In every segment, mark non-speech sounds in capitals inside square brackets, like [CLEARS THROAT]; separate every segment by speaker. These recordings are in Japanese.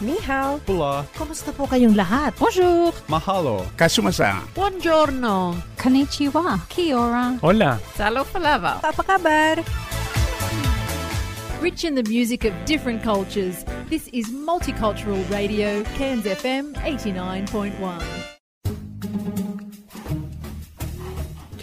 Speaker 1: Ni hao.
Speaker 2: Pula.
Speaker 3: Kumusta po kayong lahat?
Speaker 4: Bonjour.
Speaker 2: Mahalo.
Speaker 5: Kasumasa.
Speaker 3: Buongiorno.
Speaker 4: Konnichiwa. Kia ora.
Speaker 6: Hola.
Speaker 4: Salo palava.
Speaker 1: Apa kabar?
Speaker 3: Rich in the music of different cultures, this is Multicultural Radio, Cairns FM 89.1.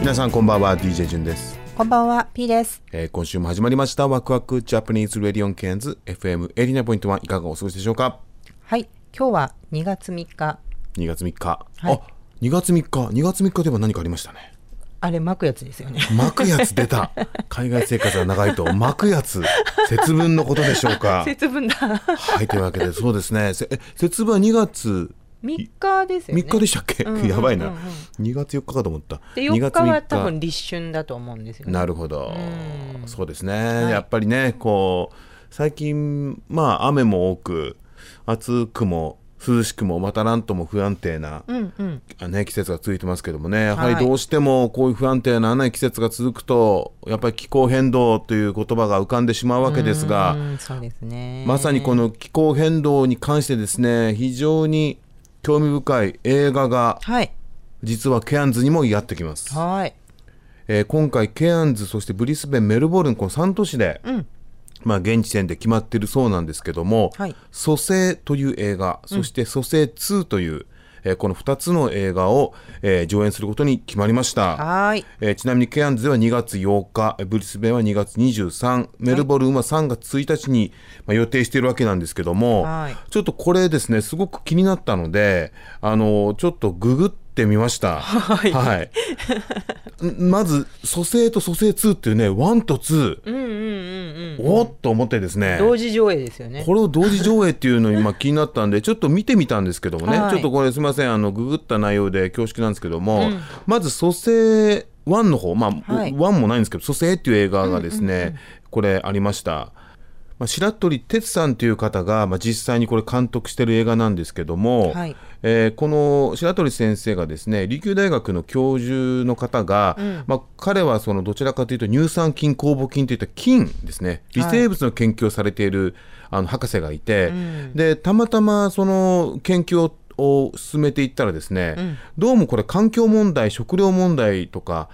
Speaker 7: 皆さんこんばんは DJ 順です、
Speaker 1: こんばんは、P です。
Speaker 7: えー今週も始まりましたワクワクジャパニーズレディオンケンズ FM89.1 いかがお過ごしでしょうか
Speaker 8: はい、今日は2月3日。
Speaker 7: 2月3日、
Speaker 8: はい
Speaker 7: あ2月3日2月3日では何かありましたね
Speaker 8: あれ、巻くやつですよね。
Speaker 7: 巻くやつ
Speaker 8: [LAUGHS]
Speaker 7: 出た海外生活が長いと巻くやつ節分のことでしょうか
Speaker 8: [LAUGHS] 節分だ。
Speaker 7: はいというわけでそうですねせえ節分は2月
Speaker 8: 3日ですよね。
Speaker 7: 3日で
Speaker 8: し
Speaker 7: したっけ、
Speaker 8: うんうんうんうん
Speaker 7: [LAUGHS] やばいな2月4日かと思った
Speaker 8: で、
Speaker 7: 2
Speaker 8: 4
Speaker 7: 月
Speaker 8: 日
Speaker 7: 3
Speaker 8: は多分立春だと思うんですよね。
Speaker 7: なるほど、
Speaker 8: うん
Speaker 7: そうですね、
Speaker 8: い
Speaker 7: やっぱりねこう最近まあ雨も多く暑くも涼しくもまたなんとも不安定な、
Speaker 8: うんうん。
Speaker 7: あね、季節が続いてますけどもねやは
Speaker 8: は
Speaker 7: り
Speaker 8: い
Speaker 7: どうしてもこういう不安定な、ね、季節が続くとやっぱり気候変動という言葉が浮かんでしまうわけですが
Speaker 8: うんそうですね。
Speaker 7: まさにこの気候変動に関してですね非常に興味深い映画が
Speaker 8: はい。
Speaker 7: 実はケアンズにもやってきます。
Speaker 8: はい。
Speaker 7: えー今回ケアンズそしてブリスベンメルボルンこの3都市で、まあ、現時点で決まっているそうなんですけども「
Speaker 8: はい
Speaker 7: 蘇生」という映画そして「蘇生2」という、えーこの2つの映画を、えー上演することに決まりました。
Speaker 8: はーい。
Speaker 7: えーちなみにケアンズでは2月8日えーブリスベンは2月23メルボルンは3月1日に、まあ、予定しているわけなんですけども、
Speaker 8: はい
Speaker 7: ちょっとこれですねすごく気になったのであのちょっとググってみました。
Speaker 8: はい [LAUGHS]
Speaker 7: はいんまず蘇生と蘇生2っていうね1と2、
Speaker 8: うんうんうんうん。
Speaker 7: おっと思ってですね
Speaker 8: 同時上映ですよね。
Speaker 7: これを同時上映っていうの今気になったんでちょっと見てみたんですけどもね、
Speaker 8: はい
Speaker 7: ちょっとこれすみませんあのググった内容で恐縮なんですけども、まず蘇生1の方まあ、
Speaker 8: はい
Speaker 7: 1もないんですけど蘇生っていう映画がですね、これありました。まあ、白鳥哲さんという方が、まあ、実際にこれ監督してる映画なんですけども、
Speaker 8: はい
Speaker 7: えーこの白鳥先生がですね琉球大学の教授の方が、まあ、彼はそのどちらかというと乳酸菌酵母菌といった菌ですね微生物の研究をされている、あの博士がいて、でたまたまその研究を進めていったらですね、どうもこれ環境問題食料問題とか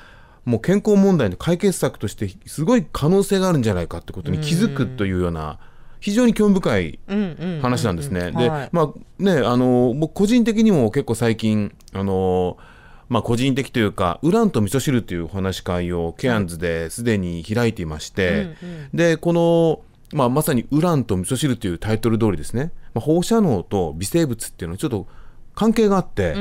Speaker 7: もう健康問題の解決策としてすごい可能性があるんじゃないかってことに気づくというような非常に興味深い
Speaker 8: うんうん。
Speaker 7: 話なんですね。
Speaker 8: うん
Speaker 7: で、
Speaker 8: はい
Speaker 7: まあね、あの、僕個人的にも結構最近、あの、まあ個人的というか、ウランと味噌汁というお話し会をケアンズですでに開いていまして、で、この、まあまさにウランと味噌汁というタイトル通りですね、まあ、放射能と微生物っていうのはちょっと関係があって、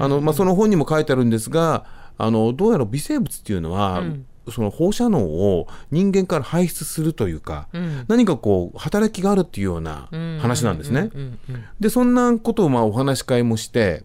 Speaker 7: あの、まあその本にも書いてあるんですが、あの、どうやら微生物っていうのは、その放射能を人間から排出するというか、何かこう働きがあるっていうような話なんですね。
Speaker 8: うんうん。
Speaker 7: でそんなことをまあお話し会もして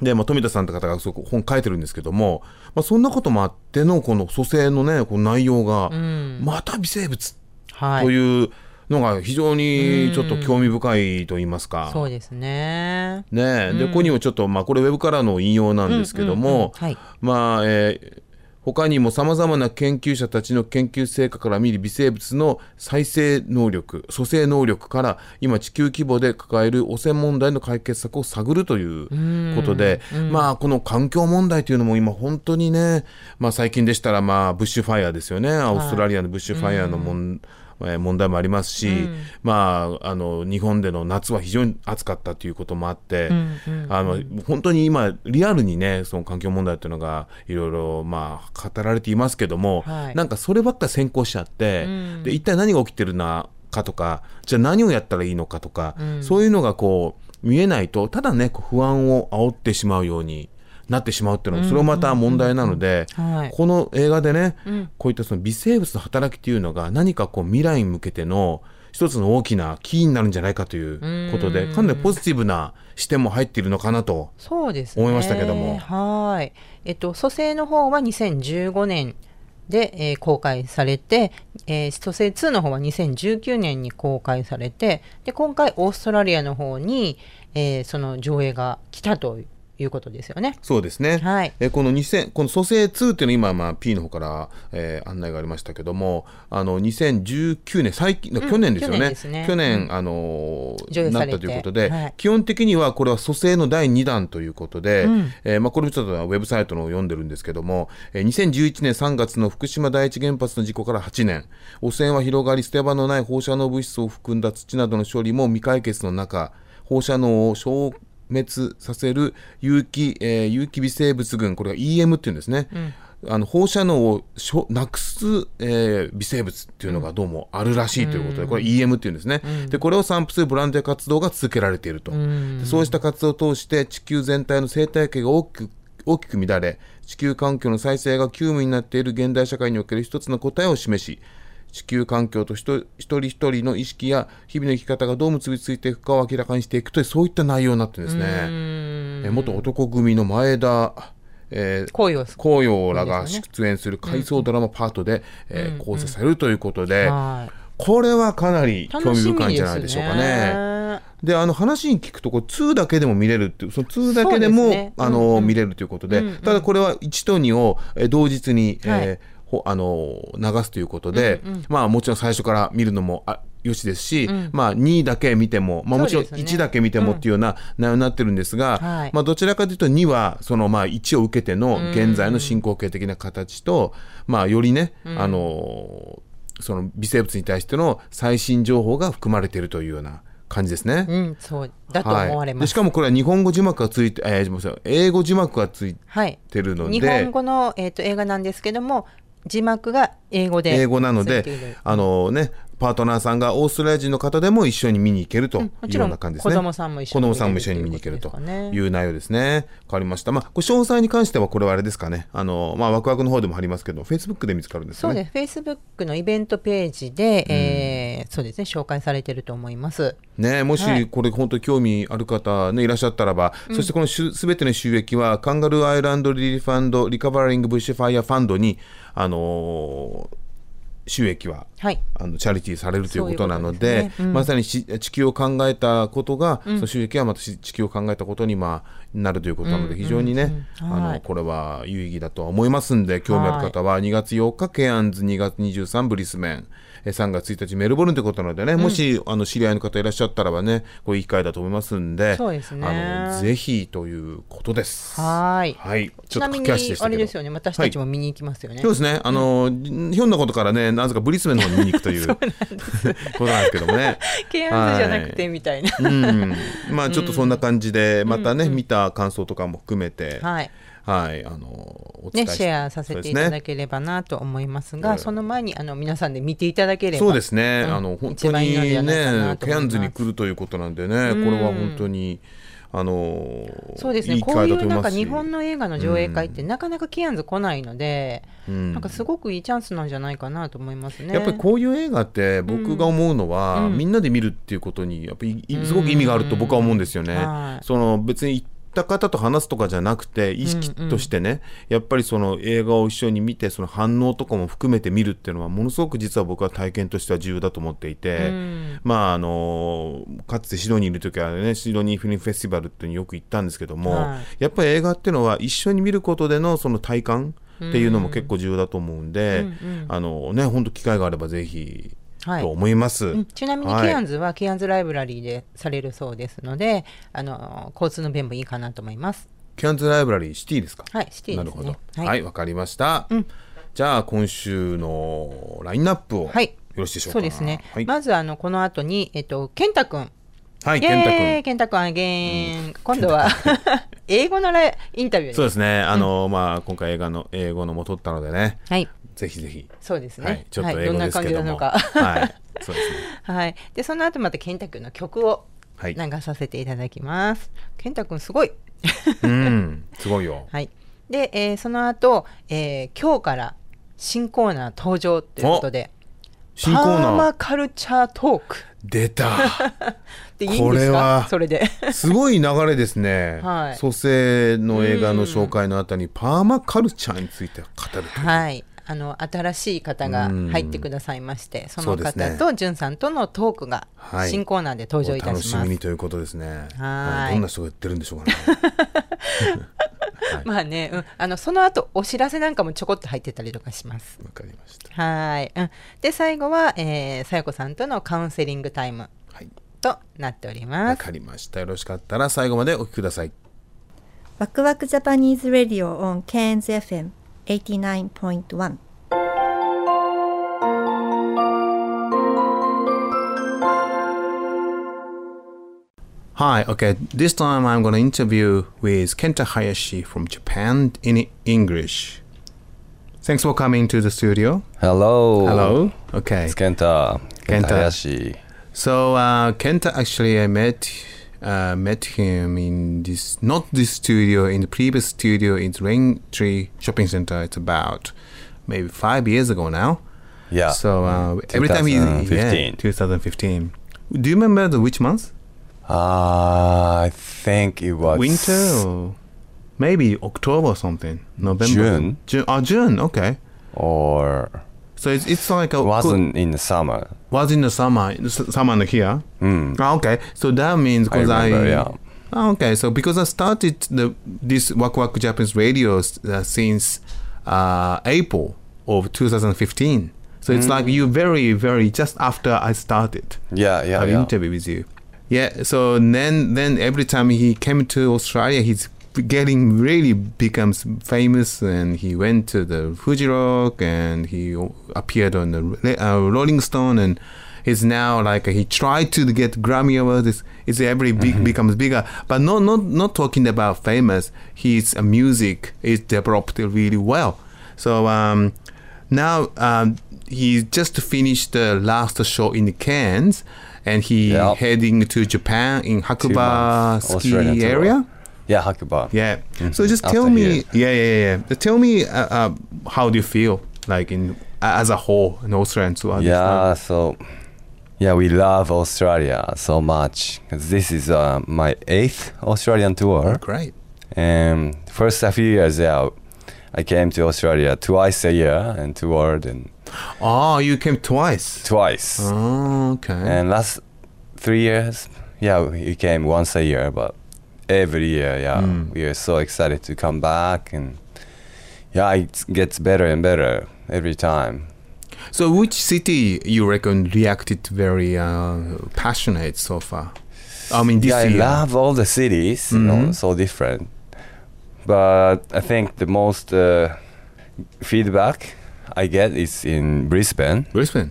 Speaker 7: で、まあ、富田さんって方がすごく本書いてるんですけども、まあ、そんなこともあってのこの蘇生のねこの内容が、また微生物
Speaker 8: はい。
Speaker 7: というのが非常にちょっと興味深いと言いますか。
Speaker 8: そうですね。
Speaker 7: ねえでここにもちょっと、まあ、これウェブからの引用なんですけども、
Speaker 8: うんうんうんはい
Speaker 7: まあ、えー他にもさまざまな研究者たちの研究成果から見る微生物の再生能力蘇生能力から今地球規模で抱える汚染問題の解決策を探るということで、まあこの環境問題というのも今本当にね、まあ、最近でしたらまあブッシュファイアですよねオーストラリアのブッシュファイアのもんえー問題もありますし、まあ、あの日本での夏は非常に暑かったということもあって、あの本当に今リアルにねその環境問題というのがいろいろまあ語られていますけども、
Speaker 8: はい
Speaker 7: なんかそればっか先行しちゃって、で一体何が起きてるなかとかじゃあ何をやったらいいのかとか、そういうのがこう見えないとただねこう不安を煽ってしまうようになってしまうっていうのもそれもまた問題なので、
Speaker 8: はい
Speaker 7: この映画でね、こういったその微生物の働きというのが何かこう未来に向けての一つの大きなキーになるんじゃないかということでかなりポジティブな視点も入っているのかなと
Speaker 8: そうですね。
Speaker 7: 思いましたけども
Speaker 8: はい。えっと、蘇生の方は2015年で、えー公開されて、えー、蘇生2の方は2019年に公開されて、で、今回オーストラリアの方に、えーその上映が来たということですよね。
Speaker 7: そうですね、
Speaker 8: はい
Speaker 7: えこの2000この蘇生2っていうのは今、まあ、P の方から、えー案内がありましたけどもあの2019年最近、去年ですよね
Speaker 8: 去年ですね
Speaker 7: 去年あのー
Speaker 8: 上映さ
Speaker 7: なっ
Speaker 8: れて
Speaker 7: たということで、
Speaker 8: はい
Speaker 7: 基本的にはこれは蘇生の第2弾ということで、
Speaker 8: うん
Speaker 7: えーまあ、これもちょっとウェブサイトのを読んでるんですけども、えー2011年3月の福島第一原発の事故から8年汚染は広がり捨て場のない放射能物質を含んだ土などの処理も未解決の中放射能を消滅させる有機,、えー有機微生物群これが EM っていうんですね、あの放射能をしょなくす、えー微生物っていうのがどうもあるらしいということで、これ EM っていうんですね、でこれを散布するボランティア活動が続けられていると、でそうした活動を通して地球全体の生態系が大きく大きく乱れ地球環境の再生が急務になっている現代社会における一つの答えを示し地球環境と人一人一人の意識や日々の生き方がどう結びついていくかを明らかにしていくというそういった内容になってるんですね。え元男組の前田、えー
Speaker 8: 恋をす
Speaker 7: 紅葉らが
Speaker 8: そうです
Speaker 7: 出演する回想ドラマパートで、えー構成されるということで、
Speaker 8: は
Speaker 7: これはかなり
Speaker 8: い。
Speaker 7: 興味深いんじゃないでしょうかね。であの話に聞くとこう2だけでも見れるっていうその2だけでも
Speaker 8: そうですね
Speaker 7: あの、見れるということで、ただこれは1と2をえー同日に、
Speaker 8: はい
Speaker 7: えーほあの流すということで、まあもちろん最初から見るのもあよしですし、まあ2だけ見ても、まあ、もちろん
Speaker 8: そうですね
Speaker 7: 1だけ見てもっていうような内容になってるんですが、
Speaker 8: はい
Speaker 7: まあ、どちらかというと2はそのまあ1を受けての現在の進行形的な形と、まあ、よりね、あのその微生物に対しての最新情報が含まれているというような感じですね。
Speaker 8: うん、そうだと思われ
Speaker 7: はい、で
Speaker 8: ま
Speaker 7: し
Speaker 8: す。
Speaker 7: かもこれは日本語字幕がついて、えーごめんなさい英語字幕がつい
Speaker 8: はい。
Speaker 7: てるので
Speaker 8: 日本語の、えっと映画なんですけども、字幕が英語で。
Speaker 7: 英語なの
Speaker 8: ついている
Speaker 7: であの、ね、パートナーさんがオーストラリア人の方でも一緒に見に行けるとい
Speaker 8: も
Speaker 7: う
Speaker 8: ち
Speaker 7: よ
Speaker 8: ろ
Speaker 7: うんな感じですね。
Speaker 8: 子供さんも一緒
Speaker 7: 子
Speaker 8: に見れる
Speaker 7: 供さんも一緒に見に行けると
Speaker 8: ということですかね
Speaker 7: いう内容ですね。変わりました。まあ、これ詳細に関してはこれはあれですかね。あの、まあ、ワクワクの方でも貼りますけど、Facebook で見つかるんです
Speaker 8: そ
Speaker 7: よ
Speaker 8: う
Speaker 7: ね。
Speaker 8: です。Facebook のイベントページで、えーそうですね、紹介されてると思います。
Speaker 7: ね、も
Speaker 8: は
Speaker 7: し
Speaker 8: い
Speaker 7: これ本当に興味ある方、ね、いらっしゃったらば、そしてこのすべての収益はカンガルーアイランドリリーファンドリカバリングブッシュファイアファンドに、あのー収益は
Speaker 8: はい。
Speaker 7: あのチャリティーされるということなので
Speaker 8: そういうことですねうん
Speaker 7: まさにし地球を考えたことが、その収益はまたし地球を考えたことに、まあ、なるということなので、非常にね、あ
Speaker 8: は
Speaker 7: の
Speaker 8: い
Speaker 7: これは有意義だとは思いますんで興味ある方は2月8日ケアンズ2月23ブリスベンえー3月1日メルボルンということなのでね、もしあの知り合いの方いらっしゃったらばねこれいい機会だと思いますんで
Speaker 8: そうですね
Speaker 7: あのぜひということです。
Speaker 8: はーい
Speaker 7: はい、ち
Speaker 8: ち
Speaker 7: ょっ
Speaker 8: な
Speaker 7: と
Speaker 8: みに
Speaker 7: 駆け足でし、た
Speaker 8: あ
Speaker 7: け
Speaker 8: れ
Speaker 7: ど
Speaker 8: ですよね、私たちも見に行きますよね。
Speaker 7: そうですね。あの、ひょんなことからね、なぜかブリスベンの方に見に行
Speaker 8: [LAUGHS]
Speaker 7: くということなんですけどもね。
Speaker 8: ケアンズじゃなくて、
Speaker 7: はい
Speaker 8: みたいな。
Speaker 7: うん。まあちょっとそんな感じで、またね、見た感想とかも含めて、はい、
Speaker 8: [LAUGHS] はい。
Speaker 7: あの、お伝え
Speaker 8: ね、
Speaker 7: し
Speaker 8: シェアさせていただければなと思いますが、そ
Speaker 7: うん
Speaker 8: の前にあの皆さんで見ていただければ
Speaker 7: そうですね、
Speaker 8: うん
Speaker 7: あの本
Speaker 8: 一
Speaker 7: 当
Speaker 8: 番い
Speaker 7: に
Speaker 8: いのではないか
Speaker 7: ね
Speaker 8: なと思います
Speaker 7: ケアンズに来るということなんでね、これは本当にあの
Speaker 8: そうですね
Speaker 7: いい機
Speaker 8: こう
Speaker 7: 会
Speaker 8: い
Speaker 7: だと
Speaker 8: う
Speaker 7: 思い
Speaker 8: なん
Speaker 7: ま
Speaker 8: か
Speaker 7: すし
Speaker 8: 日本の映画の上映会って、なかなかケアンズ来ないので、
Speaker 7: うん
Speaker 8: なんかすごくいいチャンスなんじゃないかなと思いますね。
Speaker 7: やっぱりこういう映画って僕が思うのは、みんなで見るっていうことにやっぱりいすごく意味があると僕は思うんですよね。
Speaker 8: はい
Speaker 7: その別に行った方と話すとかじゃなくて意識としてね、やっぱりその映画を一緒に見てその反応とかも含めて見るっていうのはものすごく実は僕は体験としては重要だと思っていて、まああのかつてシドニーにいる時はねシドニーフィルムフェスティバルっていうのによく行ったんですけども、
Speaker 8: はい
Speaker 7: やっぱり映画っていうのは一緒に見ることでのその体感っていうのも結構重要だと思うんで、あのね本当機会があればぜひ
Speaker 8: はい
Speaker 7: と思います、
Speaker 8: うんちなみに
Speaker 7: はい
Speaker 8: ケアンズはケアンズライブラリーでされるそうですので、あの交通の便もいいかなと思います。
Speaker 7: キャンズライブラリーシティですか
Speaker 8: はいシティですね
Speaker 7: なるほど
Speaker 8: はい
Speaker 7: はいわ、かりました、じゃあ今週のラインナップを、
Speaker 8: はい
Speaker 7: よろしいでしょうか
Speaker 8: そうですね。
Speaker 7: はい、
Speaker 8: まずあのこの後にえっと健太くん、
Speaker 7: はい、
Speaker 8: イエ
Speaker 7: 健太
Speaker 8: ーイ
Speaker 7: 君
Speaker 8: 健太くんあげん。今度は [LAUGHS] 英語のライインタビューです。
Speaker 7: そうですねあの、まあ今回映画の英語のも撮ったのでね
Speaker 8: はい、
Speaker 7: ぜひぜひ
Speaker 8: そうですね。
Speaker 7: はい、ちょっと英
Speaker 8: どん
Speaker 7: 語
Speaker 8: な
Speaker 7: です
Speaker 8: 感
Speaker 7: け
Speaker 8: じ
Speaker 7: ど
Speaker 8: な
Speaker 7: も、
Speaker 8: の
Speaker 7: は
Speaker 8: か。
Speaker 7: い、そうですね。
Speaker 8: [LAUGHS] はい。でその後また健太くんの曲を
Speaker 7: は
Speaker 8: 流
Speaker 7: い、
Speaker 8: させていただきます。健太くんすごい。
Speaker 7: うん、すごいよ。
Speaker 8: はい。で、えーその後、えー今日から新コーナー登場ということで、
Speaker 7: 新コー
Speaker 8: パー
Speaker 7: ナ
Speaker 8: マ
Speaker 7: ー。
Speaker 8: カルチャートーク。
Speaker 7: 出た
Speaker 8: でいいんで
Speaker 7: これ
Speaker 8: す
Speaker 7: は
Speaker 8: かそれで [LAUGHS]
Speaker 7: すごい流れですね、
Speaker 8: はい
Speaker 7: 蘇生の映画の紹介のあたりにパーマカルチャーについて語るという
Speaker 8: はいあの新しい方が入ってくださいましてその
Speaker 7: そうです
Speaker 8: 方
Speaker 7: ね
Speaker 8: とじゅんさんとのトークが
Speaker 7: はい
Speaker 8: 新コーナーで登場いた
Speaker 7: お楽
Speaker 8: し
Speaker 7: し
Speaker 8: ま
Speaker 7: み
Speaker 8: す、
Speaker 7: にということですね
Speaker 8: はい
Speaker 7: どんな人がやってるんでし
Speaker 8: [LAUGHS]
Speaker 7: ょうかね
Speaker 8: まあね、うん、あのその後お知らせなんかもちょこっと入ってたりとかします
Speaker 7: わかりました
Speaker 8: はい、うん、で最後はえーさやこさんとのカウンセリングタイム
Speaker 7: はい
Speaker 8: となっておりま
Speaker 7: わ
Speaker 8: す
Speaker 7: かりましたよろしかったら最後までお聞きください
Speaker 9: ワクワクジャパニーズ・ラディオ on Cairns FM 89.1
Speaker 7: はい okay this time I'm gonna interview with Kenta Hayashi from Japan in English thanks for coming to the studio
Speaker 10: Hello.
Speaker 7: hello okay
Speaker 10: It's Kenta.
Speaker 7: Kenta.
Speaker 10: Kenta Hayashi.
Speaker 7: So uh, Kenta, actually, I met uh, met him in this not this studio in the previous studio in Rain Tree Shopping Center. It's about maybe five years ago now.
Speaker 10: Yeah.
Speaker 7: So uh, every time he's yeah,
Speaker 10: 2015.
Speaker 7: 2015. Do you remember the which month?
Speaker 10: Uh, I think it was
Speaker 7: Winter or maybe October or something. November.
Speaker 10: June.
Speaker 7: June. Oh, June. Okay. Oh,
Speaker 10: or
Speaker 7: So it's, it's like a
Speaker 10: wasn't in the summer.
Speaker 7: was in the summer s- summer here.
Speaker 10: Mm.
Speaker 7: Ah, okay. So that means
Speaker 10: I
Speaker 7: because I,
Speaker 10: remember, yeah.
Speaker 7: Ah, okay. So because I started the this Waku Waku Japanese radio s- uh, since uh, April of 2015. So
Speaker 10: Hmm.
Speaker 7: it's like you very very just after I started.
Speaker 10: Yeah, yeah,
Speaker 7: Have
Speaker 10: yeah.
Speaker 7: interview with you. Yeah. So then then every time he came to Australia, he's getting really becomes famous and he went to the Fuji Rock and he o- appeared on the Re- uh, Rolling Stone and he's now like he tried to get Grammy awards. It's, it's every big becomes bigger, but not not not talking about famous. His uh, music is developed really well. So um, now um, he just finished the last show in Cairns, and he
Speaker 10: Yeah.
Speaker 7: heading to Japan in
Speaker 10: Two
Speaker 7: Hakuba
Speaker 10: months.
Speaker 7: ski
Speaker 10: Australian tour.
Speaker 7: area.
Speaker 10: Yeah, Hakuba.
Speaker 7: Yeah. So just
Speaker 10: Mm-hmm. After
Speaker 7: tell me,
Speaker 10: here.
Speaker 7: yeah, yeah, yeah. But Tell me, uh, uh, how do you feel like in as a whole in Australia and to other
Speaker 10: Yeah, so yeah, we love Australia so much. 'Cause This is uh, my eighth Australian tour.
Speaker 7: Great.
Speaker 10: And first a few years out, I came to Australia twice a year and toured and
Speaker 7: Oh, you came twice.
Speaker 10: twice.
Speaker 7: Oh, okay.
Speaker 10: And last three years, yeah, we came once a year, but every year, yeah,
Speaker 7: Mm.
Speaker 10: we are so excited to come back, and yeah, it gets better and better every time.
Speaker 7: So which city you reckon reacted very uh, passionate so far? I mean, this
Speaker 10: yeah,
Speaker 7: year.
Speaker 10: I love all the cities, you know,
Speaker 7: Mhm.
Speaker 10: so different. But I think the most uh, feedback I get is in Brisbane.
Speaker 7: Brisbane.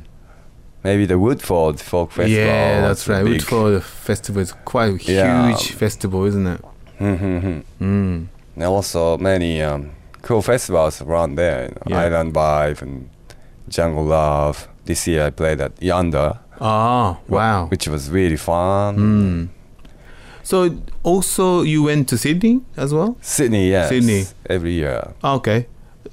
Speaker 10: Maybe the Woodford Folk Festival.
Speaker 7: Yeah, that's
Speaker 10: was a
Speaker 7: right.
Speaker 10: Oh, big-
Speaker 7: Which for the festival is quite a
Speaker 10: Yeah.
Speaker 7: huge festival, isn't it?
Speaker 10: Mhm.
Speaker 7: Mm.
Speaker 10: And also many um, cool festivals around there. You know,
Speaker 7: Yeah.
Speaker 10: Island Vibe and Jungle Love. This year I played at Yonder,
Speaker 7: Oh, wow.
Speaker 10: which was really fun.
Speaker 7: Mm. So also you went to Sydney as well?
Speaker 10: Sydney, yes.
Speaker 7: Sydney.
Speaker 10: Every year.
Speaker 7: Okay.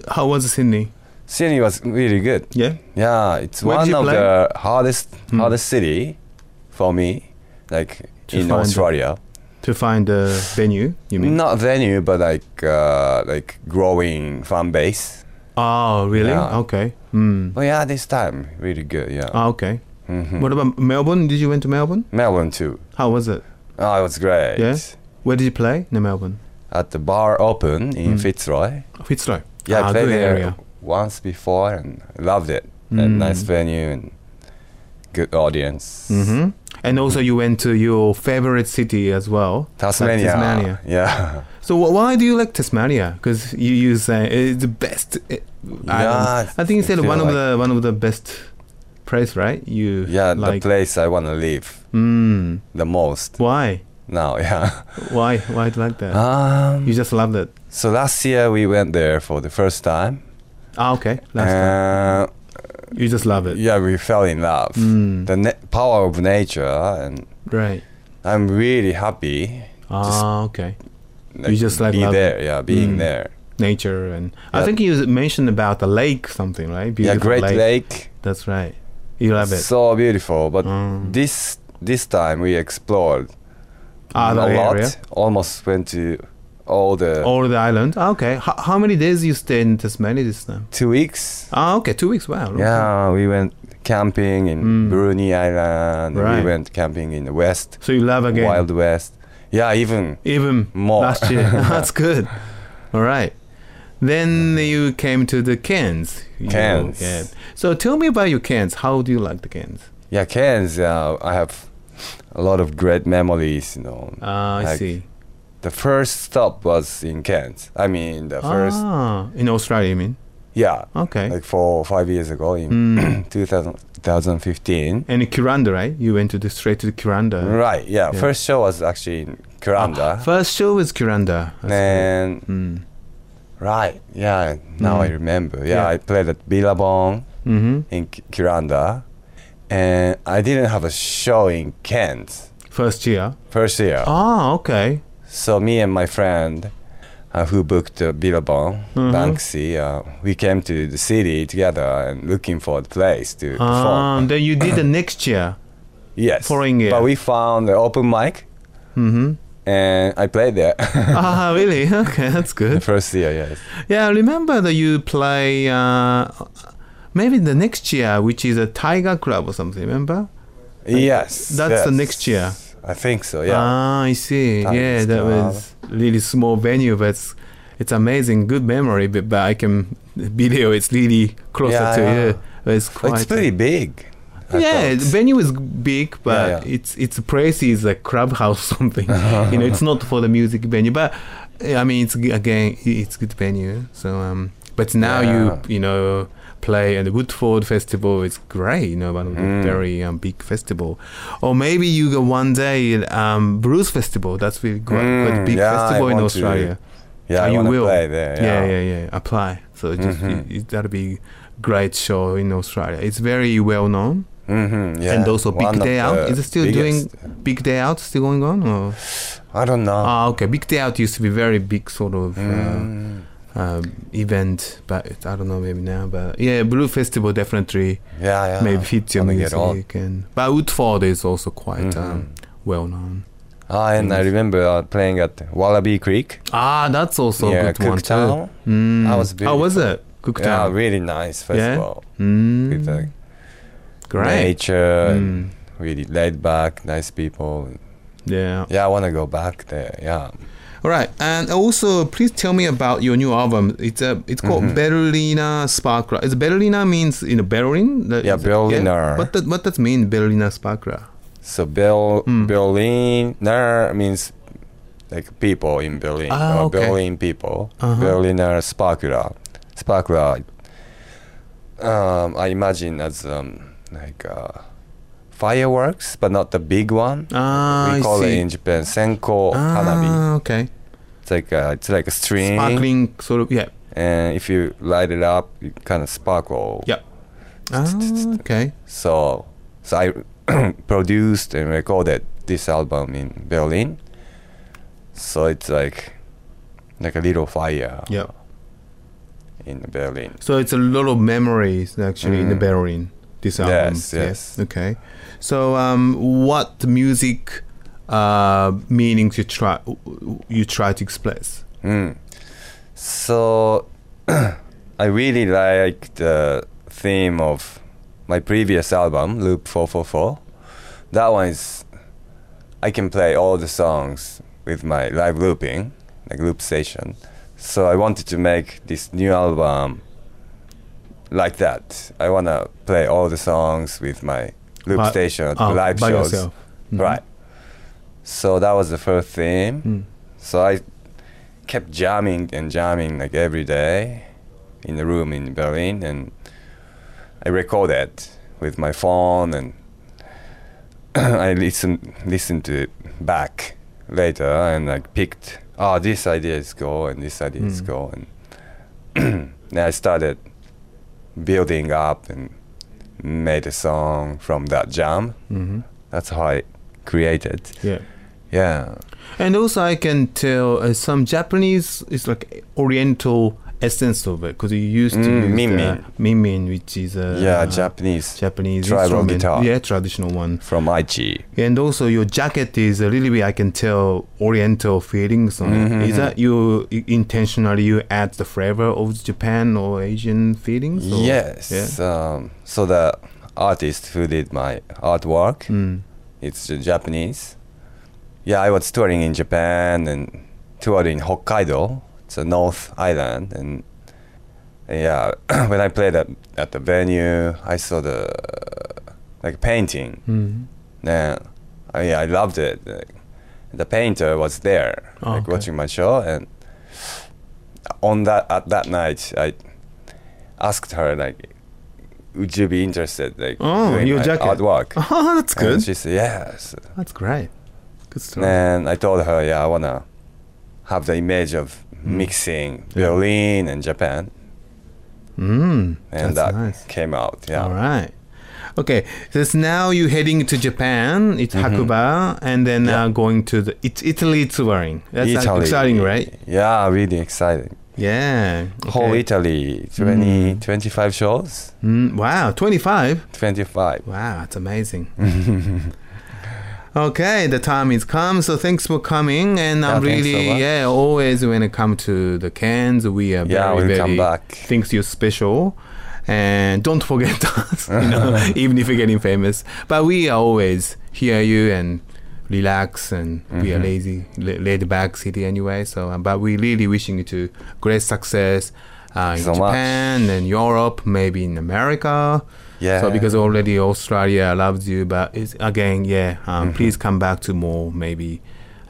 Speaker 7: How was Sydney?
Speaker 10: Sydney was really good.
Speaker 7: Yeah.
Speaker 10: Yeah, it's
Speaker 7: Where did
Speaker 10: one
Speaker 7: you
Speaker 10: of
Speaker 7: play?
Speaker 10: the hardest
Speaker 7: Hmm.
Speaker 10: hardest city for me, like
Speaker 7: To
Speaker 10: in
Speaker 7: find a-
Speaker 10: Australia.
Speaker 7: To find a venue, you mean?
Speaker 10: Not venue, but like uh, like growing fan base.
Speaker 7: Oh, really?
Speaker 10: Yeah.
Speaker 7: Okay. Mm.
Speaker 10: But yeah, this time really good. Yeah.
Speaker 7: Ah, okay.
Speaker 10: Mhm.
Speaker 7: What about Melbourne? Did you went to Melbourne?
Speaker 10: Melbourne too.
Speaker 7: How was it?
Speaker 10: Oh, it was great.
Speaker 7: Yeah? Where did you play in Melbourne?
Speaker 10: at the bar open in
Speaker 7: Mm.
Speaker 10: Fitzroy.
Speaker 7: Fitzroy.
Speaker 10: Yeah,
Speaker 7: Ah,
Speaker 10: I played
Speaker 7: good
Speaker 10: there
Speaker 7: area.
Speaker 10: once before and loved it. A
Speaker 7: Mm.
Speaker 10: nice venue and good audience.
Speaker 7: hmm And also you went to your favorite city as well.
Speaker 10: Tasmania.
Speaker 7: Like Tasmania.
Speaker 10: [LAUGHS] Yeah.
Speaker 7: So wh- why do you like Tasmania? Because you, you say it's the best. uh, island. I think you said
Speaker 10: feel
Speaker 7: one of
Speaker 10: like-
Speaker 7: the one of the best place, right? You
Speaker 10: Yeah,
Speaker 7: like
Speaker 10: the place I want to live
Speaker 7: mm,
Speaker 10: the most
Speaker 7: why
Speaker 10: now. Yeah.
Speaker 7: why why do you like that? you
Speaker 10: Um,
Speaker 7: just love that.
Speaker 10: so last year we went there for the first time.
Speaker 7: Ah, okay. Last time.
Speaker 10: Uh,
Speaker 7: You just love it.
Speaker 10: yeah, we fell in love.
Speaker 7: Mm.
Speaker 10: The na- power of nature, and
Speaker 7: Right.
Speaker 10: I'm really happy.
Speaker 7: Ah, okay.
Speaker 10: Like,
Speaker 7: just like
Speaker 10: be
Speaker 7: love it.
Speaker 10: there. Yeah, being
Speaker 7: Mm.
Speaker 10: there.
Speaker 7: Nature and I
Speaker 10: Yeah.
Speaker 7: think you mentioned about the lake something, right?
Speaker 10: yeah, Great Lake.
Speaker 7: That's right. You love it.
Speaker 10: so beautiful. But
Speaker 7: Mm.
Speaker 10: this this time we explored
Speaker 7: Ah, that
Speaker 10: a lot.
Speaker 7: area.
Speaker 10: Almost went to all the
Speaker 7: All the island. Ah, okay. H- how many days you stay in Tasmania this time?
Speaker 10: two weeks.
Speaker 7: Ah, okay. Two weeks. Wow. okay.
Speaker 10: Yeah, we went camping in
Speaker 7: Mm.
Speaker 10: Brunei Island.
Speaker 7: Right.
Speaker 10: We went camping in the West,
Speaker 7: So you love again.
Speaker 10: Wild West. Yeah, even
Speaker 7: Even
Speaker 10: more.
Speaker 7: last
Speaker 10: [LAUGHS]
Speaker 7: year. [LAUGHS] That's good. All right. Then you came to the Cairns. You-
Speaker 10: Cairns.
Speaker 7: yeah. So tell me about your Cairns. How do you like the Cairns?
Speaker 10: yeah, Cairns. Uh, I have a lot of great memories. You know,
Speaker 7: Ah, I
Speaker 10: Like
Speaker 7: see.
Speaker 10: the first stop was in Cairns. I mean, the first
Speaker 7: Ah, in Australia, you mean?
Speaker 10: yeah,
Speaker 7: Okay.
Speaker 10: like four or five years ago in [CLEARS THROAT]
Speaker 7: Mm.
Speaker 10: 2000, 2015.
Speaker 7: and in Kiranda, right? You went to the straight to the Kiranda.
Speaker 10: Right.
Speaker 7: yeah.
Speaker 10: Yeah,
Speaker 7: Ah,
Speaker 10: First show was actually in Kuranda.
Speaker 7: First show was Kiranda. That's
Speaker 10: and
Speaker 7: good. Mm.
Speaker 10: right. Yeah. Now I
Speaker 7: Mm.
Speaker 10: remember. Yeah,
Speaker 7: Yeah.
Speaker 10: I played at Billabong
Speaker 7: hmm
Speaker 10: in K- Kuranda, and I didn't have a show in Kent
Speaker 7: First year.
Speaker 10: first year.
Speaker 7: Ah, okay.
Speaker 10: So me and my friend, uh, who booked uh, Billabong,
Speaker 7: Mhm.
Speaker 10: Banksy, uh, we came to the city together and looking for a place to
Speaker 7: Um,
Speaker 10: perform.
Speaker 7: then you did the next year.
Speaker 10: Yes.
Speaker 7: following year.
Speaker 10: But we found the open mic,
Speaker 7: Mm-hmm.
Speaker 10: and I played there.
Speaker 7: [LAUGHS] ah, really? [LAUGHS] Okay, that's
Speaker 10: [LAUGHS] the
Speaker 7: good.
Speaker 10: first year, yes.
Speaker 7: Yeah, I remember that you play uh, maybe the next year, which is a Tiger Club or something. Remember?
Speaker 10: Yes.
Speaker 7: that's the
Speaker 10: yes.
Speaker 7: next year.
Speaker 10: I think so. Yeah.
Speaker 7: Ah, I see.
Speaker 10: Tiger
Speaker 7: yeah, that
Speaker 10: Club.
Speaker 7: was really small venue, but it's, it's amazing. Good memory, but, but I can [LAUGHS] video. It's really closer
Speaker 10: Yeah,
Speaker 7: to
Speaker 10: yeah.
Speaker 7: you. But it's quite.
Speaker 10: it's pretty big. I
Speaker 7: yeah, the
Speaker 10: thought.
Speaker 7: venue is big, but
Speaker 10: Yeah, yeah.
Speaker 7: it's it's place is a clubhouse
Speaker 10: [LAUGHS]
Speaker 7: something. you know, it's not for the music venue, but eh, I mean, it's g- again, i- it's good venue. So, um, but now
Speaker 10: Yeah.
Speaker 7: you you know play at the Woodford Festival. It's great. You know, one of the
Speaker 10: Mm.
Speaker 7: very um, big festival, or maybe you go one day at, um blues festival. That's really great, quite
Speaker 10: Mm,
Speaker 7: big
Speaker 10: yeah, I
Speaker 7: festival in
Speaker 10: want to.
Speaker 7: Australia.
Speaker 10: Yeah,
Speaker 7: Ah,
Speaker 10: I
Speaker 7: you
Speaker 10: wanna
Speaker 7: will.
Speaker 10: play there.
Speaker 7: Yeah, yeah, yeah. Apply. So just
Speaker 10: Mhm.
Speaker 7: it, that'll be great show in Australia. It's very well known.
Speaker 10: Mm-hmm, yeah.
Speaker 7: And also Big
Speaker 10: One of
Speaker 7: Day Out.
Speaker 10: the
Speaker 7: Is it still
Speaker 10: biggest. Uh-huh.
Speaker 7: Big Day Out still going on? Or?
Speaker 10: I don't know.
Speaker 7: Ah, okay. Big Day Out used to be very big sort of
Speaker 10: Mm,
Speaker 7: uh, uh, event, but it, I don't know maybe now. But yeah, Blue Festival definitely
Speaker 10: yeah, yeah.
Speaker 7: maybe fits your
Speaker 10: wanna get on.
Speaker 7: music. And but Woodford is also quite
Speaker 10: Mhm.
Speaker 7: um, well known.
Speaker 10: Ah, and I
Speaker 7: Mm.
Speaker 10: remember uh, playing at Wallaby Creek.
Speaker 7: Ah, that's also
Speaker 10: yeah,
Speaker 7: a good one
Speaker 10: Cooktown.
Speaker 7: too. Mm.
Speaker 10: That was
Speaker 7: How was
Speaker 10: beautiful.
Speaker 7: it? Cooktown.
Speaker 10: Yeah, really nice festival.
Speaker 7: Mm.
Speaker 10: With the
Speaker 7: Great.
Speaker 10: nature, and
Speaker 7: Mm.
Speaker 10: really laid back, nice people.
Speaker 7: Yeah.
Speaker 10: Yeah, I want to go back there. Yeah.
Speaker 7: All right, and also please tell me about your new album. It's a it's called
Speaker 10: Mm-hmm.
Speaker 7: Berliner Sparkler. It's Berliner means you know Berlin. That
Speaker 10: Yeah,
Speaker 7: is-
Speaker 10: Berliner.
Speaker 7: What that what does mean Berliner Sparkler?
Speaker 10: So Bel-
Speaker 7: Mm.
Speaker 10: Berlin ner means like people in Berlin
Speaker 7: Ah,
Speaker 10: or
Speaker 7: okay.
Speaker 10: Berlin people.
Speaker 7: Uh-huh.
Speaker 10: Berliner Sparkler. Sparkler. Um, I imagine as um, like uh, fireworks, but not the big one.
Speaker 7: Ah,
Speaker 10: we
Speaker 7: I
Speaker 10: call it
Speaker 7: see.
Speaker 10: in Japan senko hanabi.
Speaker 7: ah, okay.
Speaker 10: It's like a, it's like a string,
Speaker 7: Sparkling sort of yeah.
Speaker 10: and if you light it up, it kind of sparkle.
Speaker 7: Yeah. Ah, okay.
Speaker 10: So, so I [CLEARS THROAT] produced and recorded this album in Berlin. So it's like like a little fire
Speaker 7: Yeah.
Speaker 10: in Berlin.
Speaker 7: So it's a lot of memories actually in the
Speaker 10: Mm.
Speaker 7: Berlin. This album.
Speaker 10: Yes, yes.
Speaker 7: Okay. So um, what music uh meanings you try you try to express?
Speaker 10: Mm. So [CLEARS THROAT] I really like the theme of my previous album, Loop 444. That one is I can play all the songs with my live looping, like loop station. So I wanted to make this new album like that. I wanna play all the songs with my loop
Speaker 7: By-
Speaker 10: station at
Speaker 7: Ah,
Speaker 10: live
Speaker 7: by
Speaker 10: shows.
Speaker 7: yourself. Mhm.
Speaker 10: Right. So that was the first theme.
Speaker 7: Mm.
Speaker 10: So I kept jamming and jamming like every day in the room in Berlin, and I recorded with my phone, and [CLEARS THROAT] I listened listened to it back later, and I picked oh this idea is cool and this idea is
Speaker 7: Mm.
Speaker 10: cool, and [CLEARS THROAT] then I started building up and made a song from that jam.
Speaker 7: hmm
Speaker 10: That's how I created.
Speaker 7: Yeah.
Speaker 10: Yeah.
Speaker 7: And also, I can tell uh, some Japanese, it's like Oriental essence of it because you used to
Speaker 10: Mm,
Speaker 7: use
Speaker 10: minmin.
Speaker 7: the minmin, which is a
Speaker 10: yeah, Japanese
Speaker 7: Uh, Japanese
Speaker 10: tribal
Speaker 7: instrument.
Speaker 10: guitar.
Speaker 7: Yeah, traditional one.
Speaker 10: from Aichi.
Speaker 7: And also your jacket is a little bit I can tell Oriental feelings on
Speaker 10: Mm-hmm,
Speaker 7: it. Is that you i- intentionally you add the flavor of Japan or Asian feelings? or-
Speaker 10: yes. Um, so the artist who did my artwork,
Speaker 7: Mm.
Speaker 10: it's a Japanese. Yeah, I was touring in Japan and toured in Hokkaido. It's a North Island, and yeah, [CLEARS THROAT] when I played at, at the venue, I saw the like painting.
Speaker 7: Mm.
Speaker 10: Then I, I loved it. Like, the painter was there,
Speaker 7: Oh,
Speaker 10: like
Speaker 7: okay.
Speaker 10: watching my show, and on that at that night, I asked her like, "Would you be interested like
Speaker 7: Oh,
Speaker 10: doing
Speaker 7: your
Speaker 10: my
Speaker 7: jacket.
Speaker 10: artwork?"
Speaker 7: Oh, [LAUGHS] that's good.
Speaker 10: And she said yes.
Speaker 7: That's great. Good story.
Speaker 10: And I told her, yeah, I wanna have the image of
Speaker 7: Hmm.
Speaker 10: mixing Berlin and Japan,
Speaker 7: Mm,
Speaker 10: and
Speaker 7: that's
Speaker 10: that
Speaker 7: nice.
Speaker 10: came out. Yeah.
Speaker 7: All right. Okay, so now you're heading to Japan. It's
Speaker 10: Mm-hmm.
Speaker 7: Hakuba, and then uh, going to the it's Italy touring. That's uh,
Speaker 10: Italy.
Speaker 7: exciting, right?
Speaker 10: Yeah, really exciting.
Speaker 7: Yeah.
Speaker 10: Whole
Speaker 7: okay. Hmm.
Speaker 10: Italy, 20, 25 shows,
Speaker 7: Mm, wow, 25.
Speaker 10: 25.
Speaker 7: Wow, that's amazing. [LAUGHS] okay, the time is come. So thanks for coming, and
Speaker 10: Yeah,
Speaker 7: I'm
Speaker 10: thanks so
Speaker 7: really
Speaker 10: much.
Speaker 7: yeah. Always when it comes to the cans, we are
Speaker 10: Yeah,
Speaker 7: very
Speaker 10: we'll
Speaker 7: very
Speaker 10: come back.
Speaker 7: thinks you're special. And don't forget [LAUGHS] us, you
Speaker 10: [LAUGHS]
Speaker 7: know, even if you're getting famous. But we are always hear you and relax, and we are
Speaker 10: Mm-hmm.
Speaker 7: lazy, la- laid back city anyway. So, uh, but we really wishing you to great success uh, in
Speaker 10: so much.
Speaker 7: Japan and Europe, maybe in America.
Speaker 10: Yeah.
Speaker 7: So because already Australia loves you, but it's, again, yeah, um, please come back to more maybe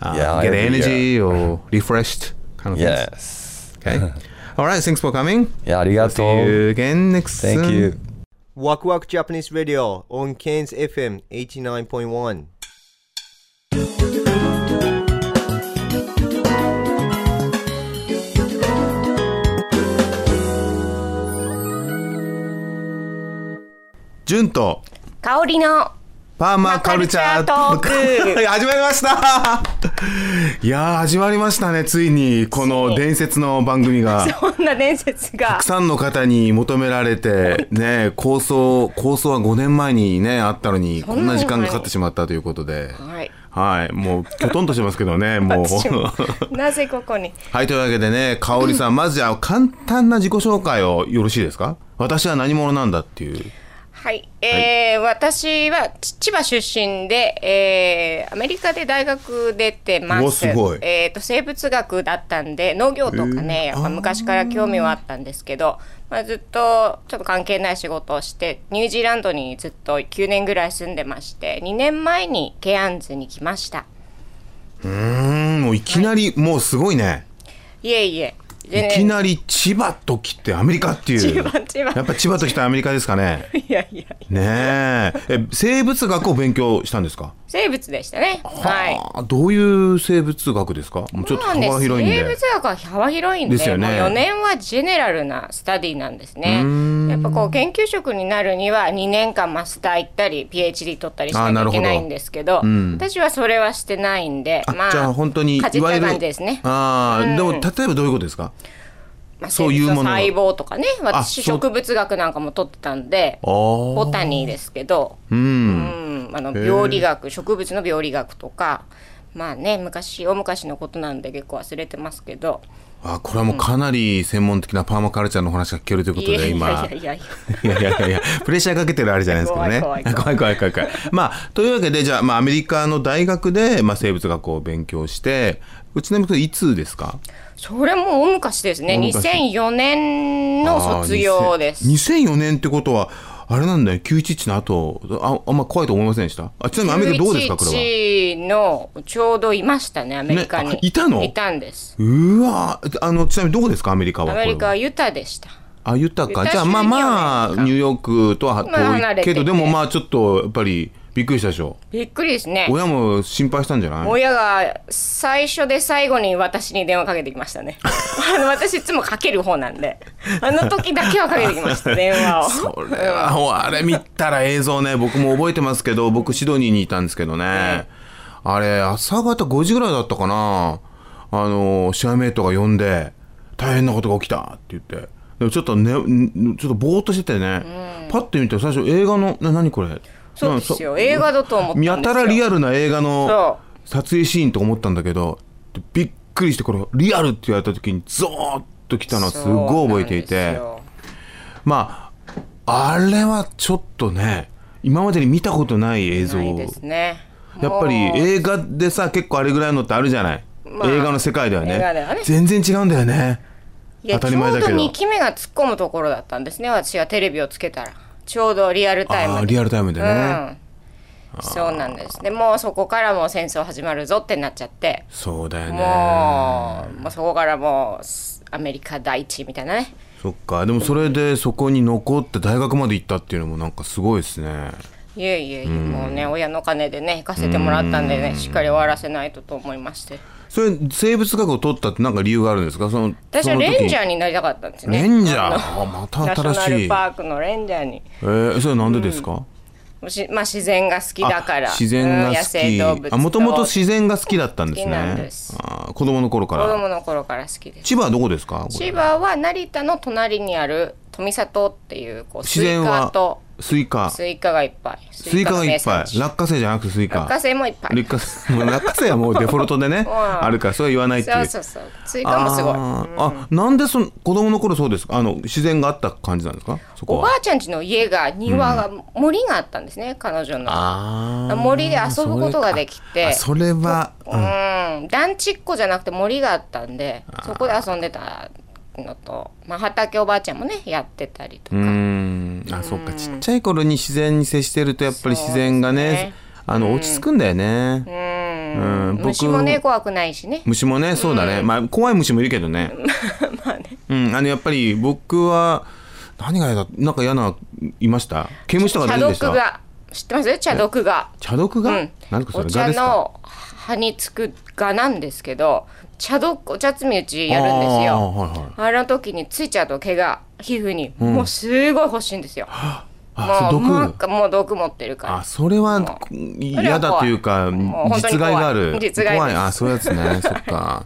Speaker 7: uh,
Speaker 10: Yeah,
Speaker 7: get
Speaker 10: every
Speaker 7: energy or refreshed kind of things.
Speaker 10: Yes. [LAUGHS]
Speaker 7: Okay. All right. Thanks for coming.
Speaker 10: Yeah,
Speaker 7: See
Speaker 10: arigato.
Speaker 7: you again next.
Speaker 10: Thank
Speaker 7: soon.
Speaker 10: you.
Speaker 6: ワクワクジャパニーズ・ラディオ on Cairns FM 89.1
Speaker 7: 順と
Speaker 9: 香りの
Speaker 7: パーマカルチャー
Speaker 9: パーマカルチャートー
Speaker 7: [LAUGHS]
Speaker 9: ク
Speaker 7: 始まりました。 [LAUGHS] いやー始まりましたね。ついにこの伝説の番組が。
Speaker 9: [LAUGHS] そんな伝説
Speaker 7: [LAUGHS]
Speaker 9: が
Speaker 7: たくさんの方に求められて、ね、構想、構想は5年前にね、あったのに、こ
Speaker 9: んなんに
Speaker 7: な時間がかかってしまったということで、
Speaker 9: はい
Speaker 7: はい、もう、きょとんとしてますけどね、
Speaker 9: [LAUGHS]
Speaker 7: もう。
Speaker 9: 私もなぜここに
Speaker 7: はい、というわけでね、かおりさん、まずじゃあ、簡単な自己紹介をよろしいですか私は何者なんだっていう。
Speaker 9: はい、えー私は千葉出身で、えーアメリカで大学出てます
Speaker 7: うわすごい
Speaker 9: えー、と生物学だったんで農業とかね、やっぱ昔から興味はあったんですけど、まあ、ずっとちょっと関係ない仕事をしてニュージーランドにずっと9年ぐらい住んでまして2年前にケアンズに来ました
Speaker 7: うん、もういきなり、もうすごいね。
Speaker 9: いえいえ全
Speaker 7: い
Speaker 9: 然
Speaker 7: きなり千葉と来てアメリカっていう。
Speaker 9: 千葉千葉
Speaker 7: やっぱ千葉と来てアメリカです
Speaker 9: [LAUGHS]
Speaker 7: かね。
Speaker 9: いやいやいや
Speaker 7: ねえ。え、生物学を勉強したんですか
Speaker 9: 生物でしたねはい
Speaker 7: あーどういう生物学ですかもうちょっと
Speaker 9: そうなんです
Speaker 7: 幅広いんで
Speaker 9: 生物学は幅広いんで
Speaker 7: ですよね
Speaker 9: もう4年はジェネラルなスタディなんですねやっぱこう研究職になるには2年間マスター行ったり PhD 取ったりし
Speaker 7: あー
Speaker 9: な
Speaker 7: なるほ
Speaker 9: きゃい
Speaker 7: ど
Speaker 9: けないんですけど
Speaker 7: ん
Speaker 9: 私はそれはしてないんで
Speaker 7: あ
Speaker 9: まあ
Speaker 7: じゃあ本当にい
Speaker 9: かじっ
Speaker 7: わ
Speaker 9: た
Speaker 7: ゆる
Speaker 9: 感じですね、
Speaker 7: ああ、
Speaker 9: うん
Speaker 7: でも例えばどういうことですか
Speaker 9: まあ、
Speaker 7: そういうもの
Speaker 9: 生物の細胞とかね
Speaker 7: あ
Speaker 9: 私
Speaker 7: そう
Speaker 9: 植物学なんかも取ってたんで
Speaker 7: あー
Speaker 9: ボタニーですけど
Speaker 7: うん
Speaker 9: うん、あの
Speaker 7: へえ
Speaker 9: 病理学植物の病理学とかまあね昔大昔のことなんで結構忘れてますけど
Speaker 7: あこれはもうかなり専門的なパーマカルチャーのお話が聞けるということ
Speaker 9: いや
Speaker 7: で
Speaker 9: い
Speaker 7: 今 [LAUGHS]
Speaker 9: やいやいやいや
Speaker 7: いやいやいやいや、プレッシャーかけてるあれじゃないですけどね。
Speaker 9: 怖い怖い怖い
Speaker 7: 怖い怖い怖い怖いまあ、というわけで、じゃあ、まあ、アメリカの大学で、まあ、生物学を勉強して、うちなみにこれいつですか
Speaker 9: それも大昔ですね。
Speaker 7: 大昔
Speaker 9: 2004年の卒業です
Speaker 7: あ。ー2000 2004年ってことは、あれなんだよ、911の後、ああんま怖いと思いませんでしたあ、ちなみにアメリカどうですか、これは。
Speaker 9: 911のちょうどいましたね、アメリカに。
Speaker 7: ねあいたの
Speaker 9: いたんです。
Speaker 7: うわーあの、ちなみにどこですか、アメリカは。
Speaker 9: アメリカは
Speaker 7: これは
Speaker 9: ユタでした。
Speaker 7: あ、ユタか。
Speaker 9: ユタ
Speaker 7: じゃあ、まあ
Speaker 9: 州には
Speaker 7: まあ、
Speaker 9: アメリカ
Speaker 7: ニューヨークとは
Speaker 9: まあ離
Speaker 7: 遠い
Speaker 9: れ
Speaker 7: け
Speaker 9: て
Speaker 7: ど、
Speaker 9: て
Speaker 7: でもまあ、ちょっと、やっぱり、びっくりしたでしょ。
Speaker 9: びっくりですね。
Speaker 7: 親も心配したんじゃない
Speaker 9: 親が最初で最後に私に電話かけてきましたね。あの私いつもかける方なんで、あの時だけはかけてきました、電話を。
Speaker 7: これはもうあれ見たら映像ね僕も覚えてますけど僕シドニーにいたんですけどね、あれ朝方5時ぐらいだったかなあのシェアメイトが呼んで大変なことが起きたって言ってでもちょっとねんちょっとぼーっとしててね、パッて見たら最初映画のな何これ
Speaker 9: そうですよ映画だと思ったんですよ
Speaker 7: やたらリアルな映画
Speaker 9: そ
Speaker 7: の撮影シーンと思ったんだけどびっくりしてこれリアルって言われた時にゾーッときたのはすごい覚えていてまああれはちょっとね今までに見たことない映像
Speaker 9: ないですね
Speaker 7: やっぱり
Speaker 9: もう
Speaker 7: 映画でさ結構あれぐらいのってあるじゃない、
Speaker 9: まあ
Speaker 7: 映画の世界ではね
Speaker 9: 映画ではね
Speaker 7: 全然違うんだよね
Speaker 9: いや
Speaker 7: 当たり前だけど
Speaker 9: ちょうど2期目が突っ込むところだったんですね私がテレビをつけたらちょうどリアルタイム
Speaker 7: あ
Speaker 9: で
Speaker 7: ーリアルタイムでね、
Speaker 9: うん、そうなんですでもうそこからもう戦争始まるぞってなっちゃって
Speaker 7: そうだよね
Speaker 9: もうもうそこからもうすアメリカ第一みたいなね
Speaker 7: そっかでもそれでそこに残って大学まで行ったっていうのもなんかすごいですね
Speaker 9: いえいえいえ
Speaker 7: うん
Speaker 9: もうね親の金でね行かせてもらったんでねしっかり終わらせないとと思いまして
Speaker 7: それ生物学を取ったってなんか理由があるんですかその
Speaker 9: 私は
Speaker 7: その時
Speaker 9: レンジャーになりたかったんですね
Speaker 7: レンジャー
Speaker 9: あ
Speaker 7: あまた
Speaker 9: のナシ
Speaker 7: 新
Speaker 9: ョナ
Speaker 7: し
Speaker 9: ル
Speaker 7: い
Speaker 9: パークのレンジャーに
Speaker 7: えー、それなんでですか、
Speaker 9: もしまあ、自然が好きだから
Speaker 7: 自然
Speaker 9: うん
Speaker 7: が
Speaker 9: 野生動
Speaker 7: 好
Speaker 9: 物
Speaker 7: きもともと自然が好きだったんです
Speaker 9: 好きなん
Speaker 7: ね
Speaker 9: です
Speaker 7: あー子供の頃か
Speaker 9: 子
Speaker 7: ら
Speaker 9: 供の頃から好きです
Speaker 7: 千葉はどこですかこれ
Speaker 9: 千葉は成田の隣にある富里っていうこうス
Speaker 7: 自
Speaker 9: イ
Speaker 7: 然
Speaker 9: カ
Speaker 7: は
Speaker 9: と
Speaker 7: スイカ
Speaker 9: スイカがいっぱい
Speaker 7: スイカがいっぱ
Speaker 9: ス
Speaker 7: い落花生じゃなくてスイ
Speaker 9: イカ
Speaker 7: カ
Speaker 9: の名産地落花生もいっぱい
Speaker 7: 落花生もう落花生はもうデフォルトでね
Speaker 9: [LAUGHS] うん
Speaker 7: あるからそれは言わないっていう
Speaker 9: そうそうそうスイカもすごい
Speaker 7: あーあなんでその子供の頃そうですかあの自然があった感じなんですかそこ
Speaker 9: おば
Speaker 7: は
Speaker 9: あちゃん家の家が庭が、森があったんですね彼女の
Speaker 7: あー
Speaker 9: 森で遊ぶことができて
Speaker 7: それは
Speaker 9: うん団地っ子じゃなくて森があったんでそこで遊んでたのと、まあ、畑おばあちゃんもねやってたりと
Speaker 7: うーんあそっかちっちゃい頃に自然に接してるとやっぱり自然がねあの落ち着くんだよねうん僕
Speaker 9: 虫もね怖くないしね
Speaker 7: 虫もねそうだね、まあ怖い虫もいるけどね
Speaker 9: [LAUGHS]
Speaker 7: うんあのやっぱり僕は何が嫌だなんか嫌ないました毛虫とか
Speaker 9: 茶
Speaker 7: 出るんでし
Speaker 9: 毒
Speaker 7: た
Speaker 9: が知ってます茶毒が
Speaker 7: 茶毒が、
Speaker 9: うん
Speaker 7: 何かそ
Speaker 9: お
Speaker 7: れ蛾
Speaker 9: 茶
Speaker 7: ですか
Speaker 9: の葉につくがなんですけど茶毒お茶摘みうちやるんです
Speaker 7: あー
Speaker 9: よ
Speaker 7: はいはい
Speaker 9: あの時についちゃうと毛が皮膚に
Speaker 7: うん
Speaker 9: もうすごい欲しいんですよ、
Speaker 7: あそう毒
Speaker 9: もうなんかもう毒持ってるから
Speaker 7: あそれは嫌だというか
Speaker 9: もう本当に
Speaker 7: 実害がある
Speaker 9: 怖い実害です
Speaker 7: 怖いあそういうやつ
Speaker 9: [LAUGHS]
Speaker 7: ねそっか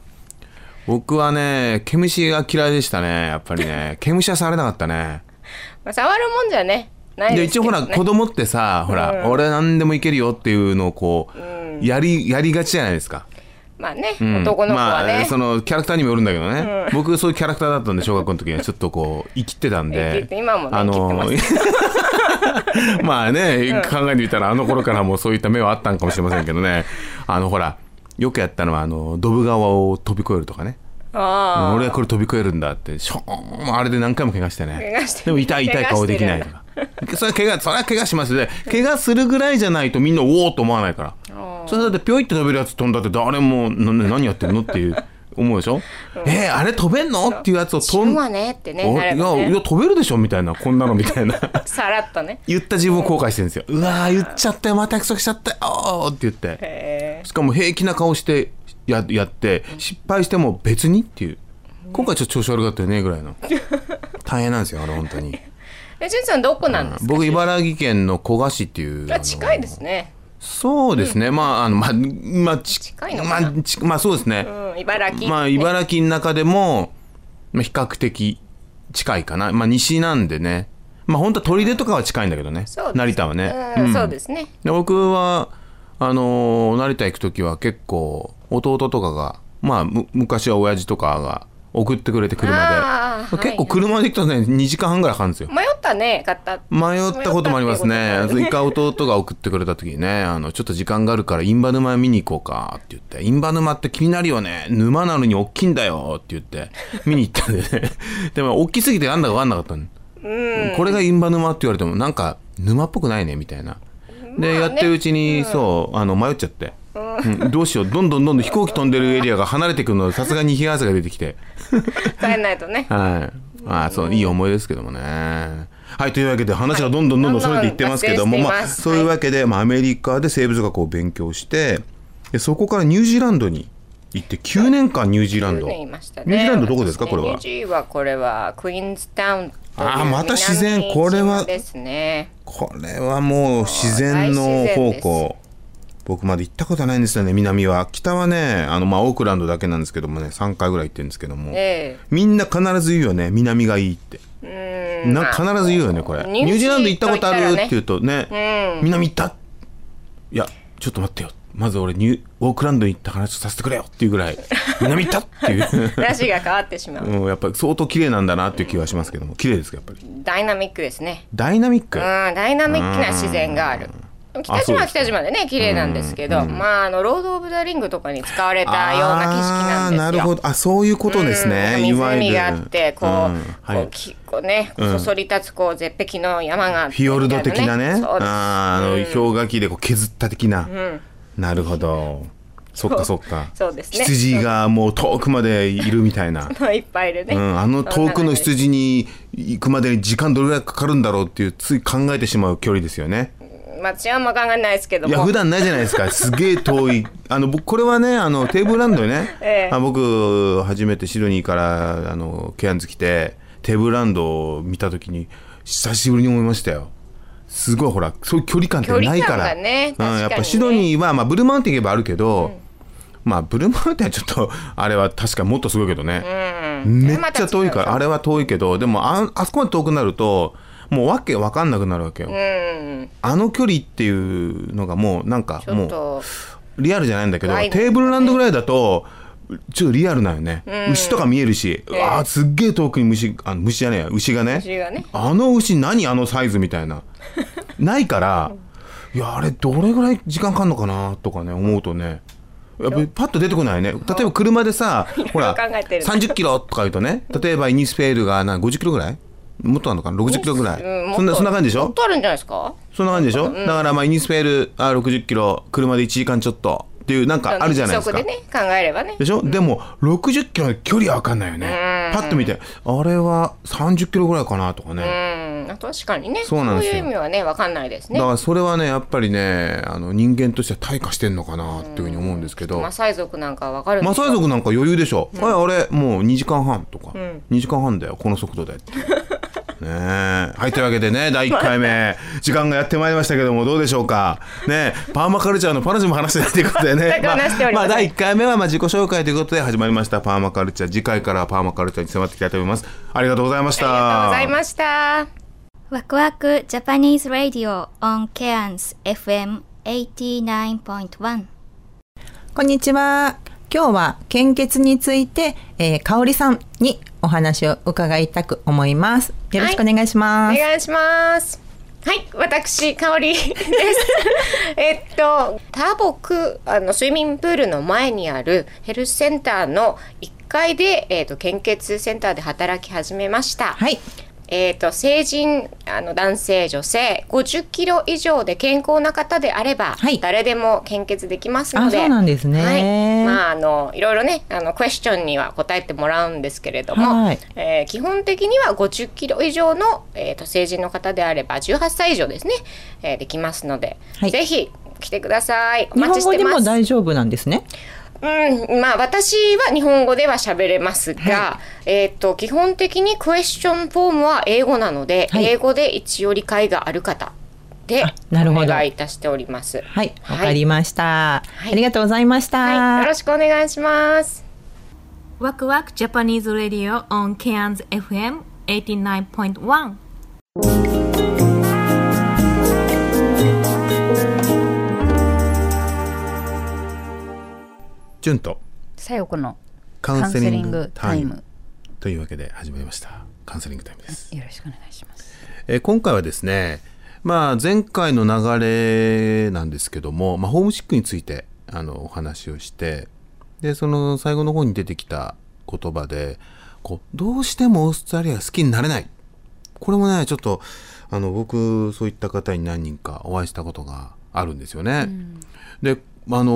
Speaker 7: 僕はね毛虫が嫌いでしたねやっぱりね毛虫は触れなかったね
Speaker 9: まあ触るもんじゃねない
Speaker 7: で
Speaker 9: です
Speaker 7: 一
Speaker 9: け
Speaker 7: 応
Speaker 9: ど、
Speaker 7: ほ
Speaker 9: ね、
Speaker 7: ら子供ってさほら、
Speaker 9: うん
Speaker 7: 俺何でもいけるよっていうのをこう、やりやりがちじゃないですか、
Speaker 9: まあね、
Speaker 7: うん
Speaker 9: 男の子はね、
Speaker 7: まあ、そのキャラクターにもよるんだけどね、
Speaker 9: うん
Speaker 7: 僕そういうキャラクターだったんで小学校の時にはちょっとこう生きてたん
Speaker 9: 生き
Speaker 7: で
Speaker 9: て今もね生
Speaker 7: [LAUGHS] まあ
Speaker 9: うん
Speaker 7: ね考えてみたらあの頃からもうそういった目はあったんかもしれませんけどねあのほらよくやったのはあのドブ川を飛び越えるとかね
Speaker 9: ああ
Speaker 7: 俺はこれ飛び越えるんだってしょーんあれで何回も怪我してね
Speaker 9: 怪我してる
Speaker 7: でも痛い痛い顔できないとかそれは怪我それは怪我しますよね怪我するぐらいじゃないとみんなおおっと思わないからそれだってピョイって飛べるやつ飛んだって誰もな何やってるのっていう思うでしょ、えーあれ飛べんのっていうやつを飛ん
Speaker 9: 今はねってね
Speaker 7: お
Speaker 9: なる
Speaker 7: い
Speaker 9: ば
Speaker 7: やい
Speaker 9: ね
Speaker 7: や飛べるでしょみたいなこんなのみたい
Speaker 9: [LAUGHS]
Speaker 7: な
Speaker 9: さらっとね
Speaker 7: 言った自分を後悔してるんですようわー言っちゃったよまた約束しちゃったよーって言って
Speaker 9: へ
Speaker 7: しかも平気な顔してややって失敗しても別にっていう今回ちょっと調子悪かったよねぐらい
Speaker 9: [LAUGHS]
Speaker 7: の大変なんですよあれ本当に
Speaker 9: ええじゅんさんどこなんですか、
Speaker 7: 僕茨城県の古河市っていう
Speaker 9: あ近いですね
Speaker 7: そうですね、まああのまあまあち
Speaker 9: 近いの
Speaker 7: ま
Speaker 9: かな、
Speaker 7: あちまあそうですね、
Speaker 9: うん、茨城、
Speaker 7: まあ、茨城の中でも、まあ、比較的近いかな。まあ、西なんでね。まあ、本当は砦とかは近いんだけどね。
Speaker 9: そうです
Speaker 7: 成田はね。
Speaker 9: うん
Speaker 7: ん
Speaker 9: そうですね
Speaker 7: で僕は、あのー成田行くときは結構、弟とかが、まあ、む昔は親父とかが送ってくれて
Speaker 9: あ
Speaker 7: 車
Speaker 9: ー
Speaker 7: で。結構
Speaker 9: はい
Speaker 7: 車で行くとね、2時間半ぐらいかかるんですよ。
Speaker 9: 迷ったね買った
Speaker 7: 迷ったこともあります
Speaker 9: 迷った
Speaker 7: ね [LAUGHS]
Speaker 9: っていうこともあるね
Speaker 7: 一回弟が送ってくれた時にねあのちょっと時間があるからインバ沼見に行こうかって言ってインバ沼って気になるよね沼なのに大きいんだよって言って見に行ったんでね [LAUGHS] でも大きすぎてなんだか分かんなかったの
Speaker 9: うん
Speaker 7: これがインバ沼って言われてもなんか沼っぽくないねみたいなで、やってるうちに、そうあの迷っちゃって、うんどうしようどんどんどんどん飛行機飛んでるエリアが離れてくるのさすがに冷や汗が出てきて
Speaker 9: 帰んないとね
Speaker 7: はい。まあ、そう、いい思いですけどもね。はい、というわけで話がどんどんどんどんそれていってますけども、
Speaker 9: どんどん
Speaker 7: ま
Speaker 9: 脱線
Speaker 7: あ、
Speaker 9: しています
Speaker 7: そういうわけで、まあ、アメリカで生物学を勉強して、でそこからニュージーランドに行って、9年間ニュージーランド。
Speaker 9: 9年い
Speaker 7: ニュ
Speaker 9: ましたね
Speaker 7: ージーランドどこですか、これ
Speaker 9: ニュ
Speaker 7: は
Speaker 9: ー。ジーはこれはクイーンズタウンという
Speaker 7: あーまた自然
Speaker 9: 南
Speaker 7: これは
Speaker 9: ですね
Speaker 7: これはもう自然の方向。僕まで行ったことないんですよね南は北はねあのまあオークランドだけなんですけどもね3回ぐらい行ってるんですけども、
Speaker 9: え
Speaker 7: みんな必ず言うよね南がいいってな必ず言うよねこれニュー
Speaker 9: ニュー
Speaker 7: ジ
Speaker 9: ジ
Speaker 7: ー
Speaker 9: ー
Speaker 7: ラ
Speaker 9: ラ
Speaker 7: ン
Speaker 9: ン
Speaker 7: ド行
Speaker 9: ド行
Speaker 7: っ
Speaker 9: ったた
Speaker 7: こ
Speaker 9: ことと
Speaker 7: あ
Speaker 9: あ
Speaker 7: る
Speaker 9: る
Speaker 7: って言うとね、
Speaker 9: うん
Speaker 7: 南行ったいやちょっと待ってよまず俺ニューオークランドに行った話をさせてくれよっていうぐら
Speaker 9: [LAUGHS]
Speaker 7: い南行ったっていう [LAUGHS]
Speaker 9: 話が変わってしまう。
Speaker 7: うんやっぱり相当綺麗なんだなっていう気はしますけども綺麗ですかやっぱり
Speaker 9: ダイナミックですね。
Speaker 7: ダイナミッ
Speaker 9: う
Speaker 7: ク
Speaker 9: ん、ダイナミックな自然がある。でも北島は北島でね、綺麗なんですけど、まあ、あの、ロード・オブ・ザ・リングとかに使われたような景色なんですよ。
Speaker 7: あーなるほどあそういうことですね、
Speaker 9: うん
Speaker 7: いわゆる
Speaker 9: 湖があってこう
Speaker 7: うんはい
Speaker 9: きこうね、
Speaker 7: うん
Speaker 9: そそり立つこう絶壁の山があって
Speaker 7: フィヨルド的なね
Speaker 9: みたいそうです
Speaker 7: あーあの氷河期でこう削った的な、
Speaker 9: うん
Speaker 7: なるほどそっかそっか
Speaker 9: そうですね
Speaker 7: 羊がもう遠くまでいるみたいな、
Speaker 9: のいっぱいいるね、
Speaker 7: うん、あの
Speaker 9: そ
Speaker 7: 遠
Speaker 9: んな
Speaker 7: くの羊に行くまでに時間どれぐらいかかるんだろうっていうつい考えてしまう距離ですよね
Speaker 9: まあ治安も考えないですけど
Speaker 7: い
Speaker 9: も
Speaker 7: や普段ないじゃない
Speaker 9: [LAUGHS]
Speaker 7: ですかすげえ遠いあの僕これはねあのテーブルランドでね、
Speaker 9: ええ
Speaker 7: あ僕初めてシドニーからあのケアンズ来てテーブルランドを見た時に久しぶりに思いましたよすごいほらそういう距離感ってないから
Speaker 9: 距離感がね確かに
Speaker 7: うん、
Speaker 9: ね
Speaker 7: やっぱシドニーは、まあ、ブルーマウンテン行けばあるけど、まあブルーマウンテンはちょっとあれは確かもっとすごいけどね、めっちゃ遠いから、あれは遠いけどでもああそこまで遠くなるともうわけわかんなくなるわけよ、
Speaker 9: うん
Speaker 7: あの距離っていうのがもうなんか
Speaker 9: ちょ
Speaker 7: も
Speaker 9: っと
Speaker 7: うリアルじゃないんだけど
Speaker 9: ワイド
Speaker 7: テーブルランドぐらいだとちょっとリアルなよね、
Speaker 9: うん
Speaker 7: 牛とか見えるし、うわあすっげえ遠くに虫あの虫じゃねえや牛がね
Speaker 9: 牛がね
Speaker 7: あの牛何あのサイズみたい
Speaker 9: [LAUGHS]
Speaker 7: なないからいやあれどれぐらい時間かかるのかなとかね思うとねやっぱりパッと出てこないね例えば車でさほら
Speaker 9: 考えてる
Speaker 7: 30キロとか言うとね例えばイニスフェールがな50キロぐらいもっとなのかな60キロぐらい、
Speaker 9: うんもっと
Speaker 7: そんなそんな感じでしょ
Speaker 9: もっとあるんじゃないですか
Speaker 7: そんな感じでしょ、
Speaker 9: うん
Speaker 7: だからまあイニスフェールあ60キロ車で1時間ちょっとっていうなんかあるじゃないですか
Speaker 9: 規
Speaker 7: で,、
Speaker 9: 則でね考えればね
Speaker 7: しょでも60キロの距離は分かんないよねパッと見てあれは30キロぐらいかなとか
Speaker 9: う
Speaker 7: ね、
Speaker 9: んあ確かにね
Speaker 7: そうなんですよ
Speaker 9: そういう意味はねわかんないですね
Speaker 7: だからそれはねやっぱりねあの人間としては退化してんのかなっていうふうに思うんですけど、
Speaker 9: マサイ族なんかわかるんで
Speaker 7: マ
Speaker 9: すか
Speaker 7: サイ族なんか余裕でしょ、あれあれもう2時間半とか、
Speaker 9: うん
Speaker 7: 2時間半だよこの速度で [LAUGHS] ねえはいというわけでね第1回目時間がやってまいりましたけどもどうでしょうかねえパーマカルチャーのパラジも話してないということで
Speaker 9: [LAUGHS]
Speaker 7: ねまあ
Speaker 9: 話しており
Speaker 7: ま
Speaker 9: ま
Speaker 7: あ
Speaker 9: せん
Speaker 7: 第1回目はまあ自己紹介ということで始まりましたパーマカルチャー次回からはパーマカルチャーに迫っていきたいと思いますありがとうございました
Speaker 9: ありがとうございました
Speaker 11: ワクワクジャパニーズ・ラディオ on Cairns FM89.1
Speaker 12: こんにちは。今日は献血について、えー、香織さんにお話を伺いたく思います。よろしくお願いし
Speaker 9: お
Speaker 12: ます。
Speaker 9: 願いします。はい、私、香
Speaker 12: [LAUGHS]
Speaker 9: りです。えっと、ターボク、あの、スイミングプールの前にあるヘルスセンターの1階で、えっと、献血センターで働き始めました。
Speaker 12: はい。
Speaker 9: えっと、成人、あの、男性、女性、50キロ以上で健康な方であれば、誰でも献血できますの
Speaker 12: あ、
Speaker 9: で、
Speaker 12: そうなんですね。
Speaker 9: はい、まああのいろいろねあのクエスチョンには答えてもらうんですけれども、
Speaker 12: はい
Speaker 9: えー基本的には50キロ以上の、えー、と成人の方であれば18歳以上ですね、えーできますので、ぜひ来てくださいお
Speaker 12: 日
Speaker 9: 待
Speaker 12: 本
Speaker 9: ちし
Speaker 12: 語
Speaker 9: て
Speaker 12: で
Speaker 9: ま
Speaker 12: も
Speaker 9: す
Speaker 12: 大丈夫なんですね。
Speaker 9: うん、まあ私は日本語では喋れますが、えっ、と基本的にクエスチョンフォームは英語なので、英語で一応理解がある方で
Speaker 12: なるほど
Speaker 9: お願いいたしております。
Speaker 12: はい、わかりました、ありがとうございました。
Speaker 9: はい、よろしくお願いします。
Speaker 13: ワクワクジャパニーズラディオ on Cairns FM 89.1
Speaker 7: ジュンと
Speaker 14: さよこの
Speaker 7: カウンセリングタ
Speaker 14: カウ
Speaker 7: イ
Speaker 14: ンセリング
Speaker 7: ムというわけで始まりましたカウンセリングタイムです
Speaker 14: よろしくお願いします。
Speaker 7: えー今回はですね、まあ、前回の流れなんですけども、まあ、ホームシックについてあのお話をしてでその最後の方に出てきた言葉でこうどうしてもオーストラリアが好きになれないこれもねちょっとあの僕そういった方に何人かお会いしたことがあるんですよね。であの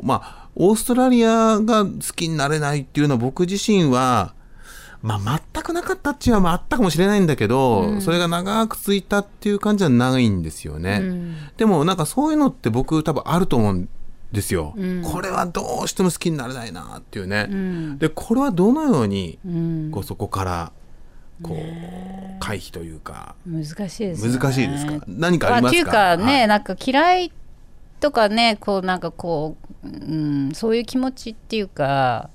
Speaker 7: ーまあオーストラリアが好きになれないっていうのは僕自身はまあ、全くなかったっちゅうのはまああったかもしれないんだけど、
Speaker 15: うん
Speaker 7: それが長く続いたっていう感じはないんですよね、
Speaker 15: うん
Speaker 7: でもなんかそういうのって僕多分あると思うんですよ、
Speaker 15: うん
Speaker 7: これはどうしても好きになれないなっていうね、
Speaker 15: うん
Speaker 7: でこれはどのように
Speaker 14: うん
Speaker 7: こうそこからこう回避というか
Speaker 14: 難しいですよね。
Speaker 7: 難しいですか何かありますか
Speaker 14: っていうかね、なんか嫌いとかねこうなんかこう、うん、そういう気持ちっていうか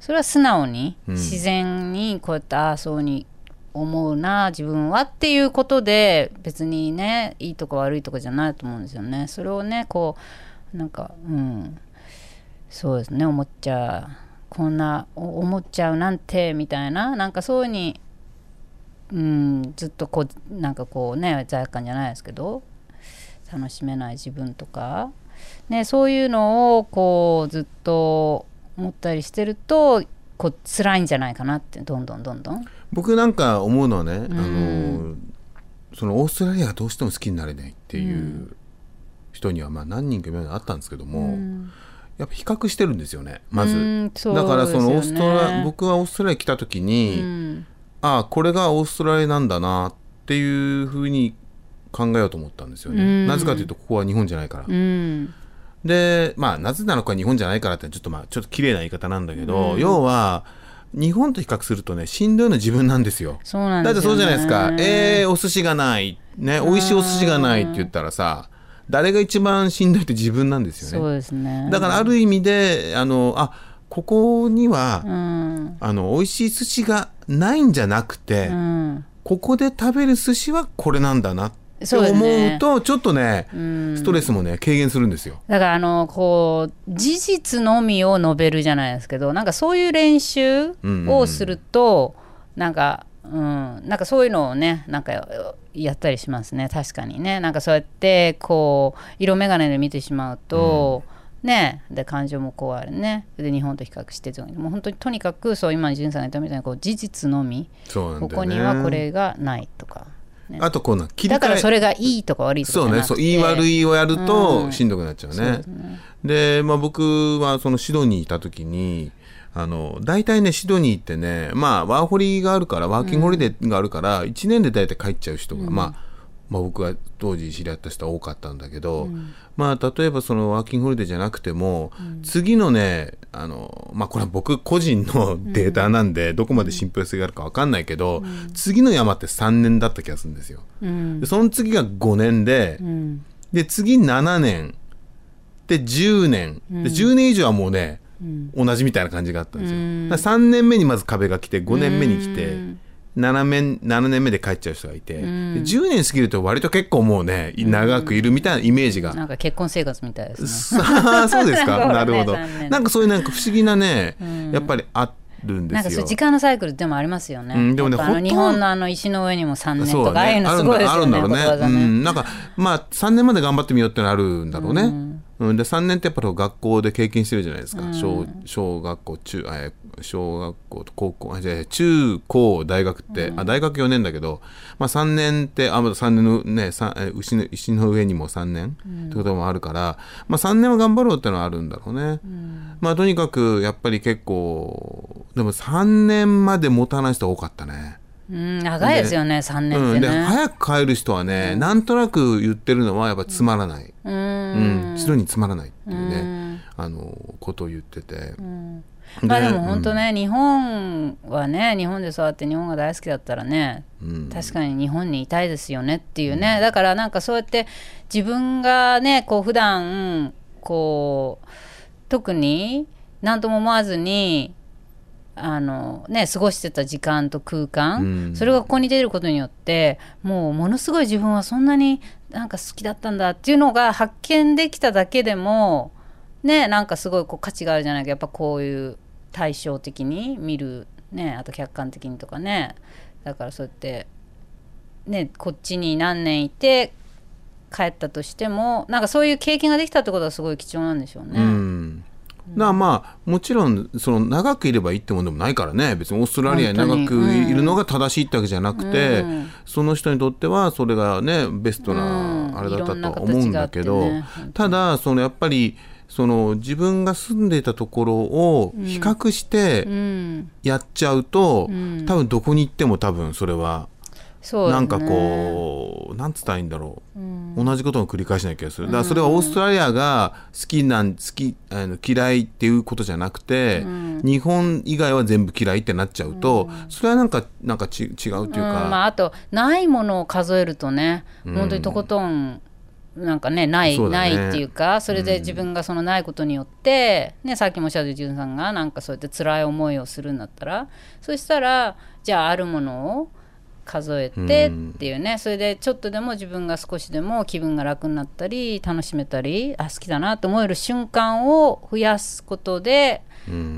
Speaker 14: それは素直に、
Speaker 2: うん
Speaker 14: 自然にこうやってああそうに思うな自分はっていうことで別にねいいとか悪いとかじゃないと思うんですよねそれをねこうなんかうんそうですね思っちゃうこんなお思っちゃうなんてみたいななんかそういうふうにうんずっとこうなんかこうね罪悪感じゃないですけど楽しめない自分とか、ね、そういうのをこうずっと思ったりしてるとこう辛いんじゃないかなってどんどんどんどん。
Speaker 7: 僕なんか思うのはね、あのそのオーストラリアがどうしても好きになれないっていう人にはまあ何人か今まであったんですけども、
Speaker 14: うん
Speaker 7: やっぱ比較してるんですよねまず、
Speaker 14: うんそう
Speaker 7: だからそのオー
Speaker 14: です
Speaker 7: ス
Speaker 14: よ
Speaker 7: トラ、
Speaker 14: ね
Speaker 7: 僕はオーストラリア来た時に、
Speaker 14: うん
Speaker 7: ああこれがオーストラリアなんだなっていうふうに考えようと思ったんですよね、
Speaker 14: うん
Speaker 7: なぜかというとここは日本じゃないから、
Speaker 14: うん
Speaker 7: でまあなぜなのか日本じゃないからってちょっとまあちょっと綺麗な言い方なんだけど、
Speaker 14: うん
Speaker 7: 要は日本と比較するとねしんどいの自分なんですよ
Speaker 14: そうなんです
Speaker 7: だ
Speaker 14: よね
Speaker 7: ってそうじゃないですかえー、お寿司がないね美味しいお寿司がないって言ったらさ誰が一番しんどいって自分なんですよね
Speaker 14: そうですね
Speaker 7: だからある意味であのあここには、
Speaker 14: うん
Speaker 7: あの美味しい寿司がないんじゃなくて、
Speaker 14: うん
Speaker 7: ここで食べる寿司はこれなんだなって
Speaker 14: そうですね
Speaker 7: 思うとちょっとね
Speaker 14: うん
Speaker 7: ストレスもね軽減するんですよ。
Speaker 14: だからあのこう事実のみを述べるじゃないですけどなんかそういう練習をすると、なんか、うん、なんかそういうのをねなんかやったりしますね確かにねなんかそうやってこう色眼鏡で見てしまうと、ねで感情もこうあるねで日本と比較してともう本当にとにかくそう今潤さんが言ったみたいにこう事実のみ、
Speaker 7: そうなんだよ
Speaker 14: こ
Speaker 7: ね
Speaker 14: こにはこれがないとか
Speaker 7: あとこうな切り替え
Speaker 14: だからそれがいいとか悪いとかじ
Speaker 7: そ
Speaker 14: ゃ
Speaker 7: う
Speaker 14: なく
Speaker 7: ね
Speaker 14: て
Speaker 7: そう言い悪いをやる
Speaker 14: う
Speaker 7: と
Speaker 14: ん
Speaker 7: しんどくなっちゃう
Speaker 14: そう
Speaker 7: ね
Speaker 14: です。ね
Speaker 7: で、まあ、僕はそのシドニーにいた時にあの大体ねシドニーってねまあワーホリがあるからワーキングホリデーがあるから1年で大体帰っちゃう人が、
Speaker 15: うん
Speaker 7: まあまあ、僕は当時知り合った人は多かったんだけど、
Speaker 15: うん
Speaker 7: まあ、例えばそのワーキングホリデーじゃなくても、次のねあの、まあ、これは僕個人のデータなんで、どこまで信憑性があるか分かんないけど、次の山って3年だった気がするんですよ。
Speaker 14: うん
Speaker 7: でその次が5年で、
Speaker 14: うん
Speaker 7: で次7年で10年
Speaker 14: うん
Speaker 7: で10年以上はもうね、
Speaker 14: うん
Speaker 7: 同じみたいな感じがあったんですよ、
Speaker 14: うん
Speaker 7: だから3年目にまず壁が来て5年目に来て、7, 年7年目で帰っちゃう人がいて、で
Speaker 14: うん
Speaker 7: 10年過ぎると割と結構もうね長くいるみたいなイメージが、
Speaker 14: なんか結婚生活みたいですね。
Speaker 7: あ [LAUGHS] あそうですか
Speaker 14: ん
Speaker 7: なるほど
Speaker 14: ね残念
Speaker 7: なんかそういうなんか不思議なね、
Speaker 14: うん
Speaker 7: やっぱりあるんで
Speaker 14: なんか
Speaker 7: す
Speaker 14: そう
Speaker 7: よ
Speaker 14: 時間のサイクルでもありますよね。
Speaker 7: うんでもね
Speaker 14: やっぱ
Speaker 7: ほと
Speaker 14: あの
Speaker 7: んど
Speaker 14: 日本のあの石の上にも3年
Speaker 7: そう
Speaker 14: とか、ああいうのすごいです
Speaker 7: あ
Speaker 14: よ
Speaker 7: るん
Speaker 14: ね。
Speaker 7: だあるんだ
Speaker 14: こ
Speaker 7: ろ
Speaker 14: とわ
Speaker 7: うね。
Speaker 14: ざね
Speaker 7: うん、なんかまあ3年まで頑張ってみようってのあるんだろうね。うんで3年ってやっぱり学校で経験してるじゃないですか、
Speaker 15: うん
Speaker 7: 小小学校中えー小学校と高校あじゃあ中高大学って、あ大学4年だけど、まあ、3年ってあまだ3年のねさえー牛の石の上にも3年
Speaker 15: うん
Speaker 7: ってこともあるから、まあ、3年は頑張ろうってのはあるんだろうね、まあとにかくやっぱり結構でも3年まで持たない人多かったね。
Speaker 14: うん、長いですよね、3年っ
Speaker 7: うん、
Speaker 14: て
Speaker 7: で
Speaker 14: ね。
Speaker 7: 早く帰る人はね、なんとなく言ってるのはやっぱつまらない、
Speaker 14: う
Speaker 7: うん
Speaker 14: ん。
Speaker 7: 一度につまらないっていう
Speaker 14: う
Speaker 7: ね、あのことを言ってて、
Speaker 14: まあでも本当ね、日本はね、日本で育って日本が大好きだったらね、確かに日本にいたいですよねっていうね、だからなんかそうやって自分がね、こう普段こう特に何とも思わずにあのね過ごしてた時間と空間、
Speaker 2: うん
Speaker 14: それがここに出ることによってもうものすごい自分はそんなになんか好きだったんだっていうのが発見できただけでもねなんかすごいこう価値があるじゃないかやっぱこういう対照的に見るねあと客観的にとかねだからそうやってねこっちに何年いて帰ったとしてもなんかそういう経験ができたってことはすごい貴重なんでしょうね。
Speaker 7: うんだからまあもちろんその長くいればいいってもんでもないからね別にオーストラリアに長
Speaker 15: 本当
Speaker 7: く
Speaker 15: にうん
Speaker 7: いるのが正しいってわけじゃなくて、
Speaker 15: うん
Speaker 7: その人にとってはそれがねベストなあれだったとは思うんだけど、
Speaker 15: いろんな形があって
Speaker 7: ただそのやっぱりその自分が住んでいたところを比較して、
Speaker 14: うん
Speaker 7: やっちゃうと、
Speaker 14: うん
Speaker 7: 多分どこに行っても多分それは
Speaker 14: そうです
Speaker 7: な
Speaker 14: ね
Speaker 7: んかこうなんつったらいいんだろう、
Speaker 14: うん
Speaker 7: 同じことの繰り返しな気がするだか
Speaker 15: うん
Speaker 7: らそれはオーストラリアが好きなん好きあの嫌いっていうことじゃなくて、
Speaker 14: うん
Speaker 7: 日本以外は全部嫌いってなっちゃうと、それはなんかなんかち違うっていうか、
Speaker 14: うんまあ、あとないものを数えるとね
Speaker 7: うん
Speaker 14: 本当にとことん、なんかねない
Speaker 8: そうだ
Speaker 14: な
Speaker 8: ね
Speaker 14: いっていうかそれで自分がそのないことによって、ね、さっきもおっしゃったジュンさんがなんかそうやって辛い思いをするんだったらそしたらじゃああるものを数えてっていうね、それでちょっとでも自分が少しでも気分が楽になったり楽しめたりあ好きだなと思える瞬間を増やすことで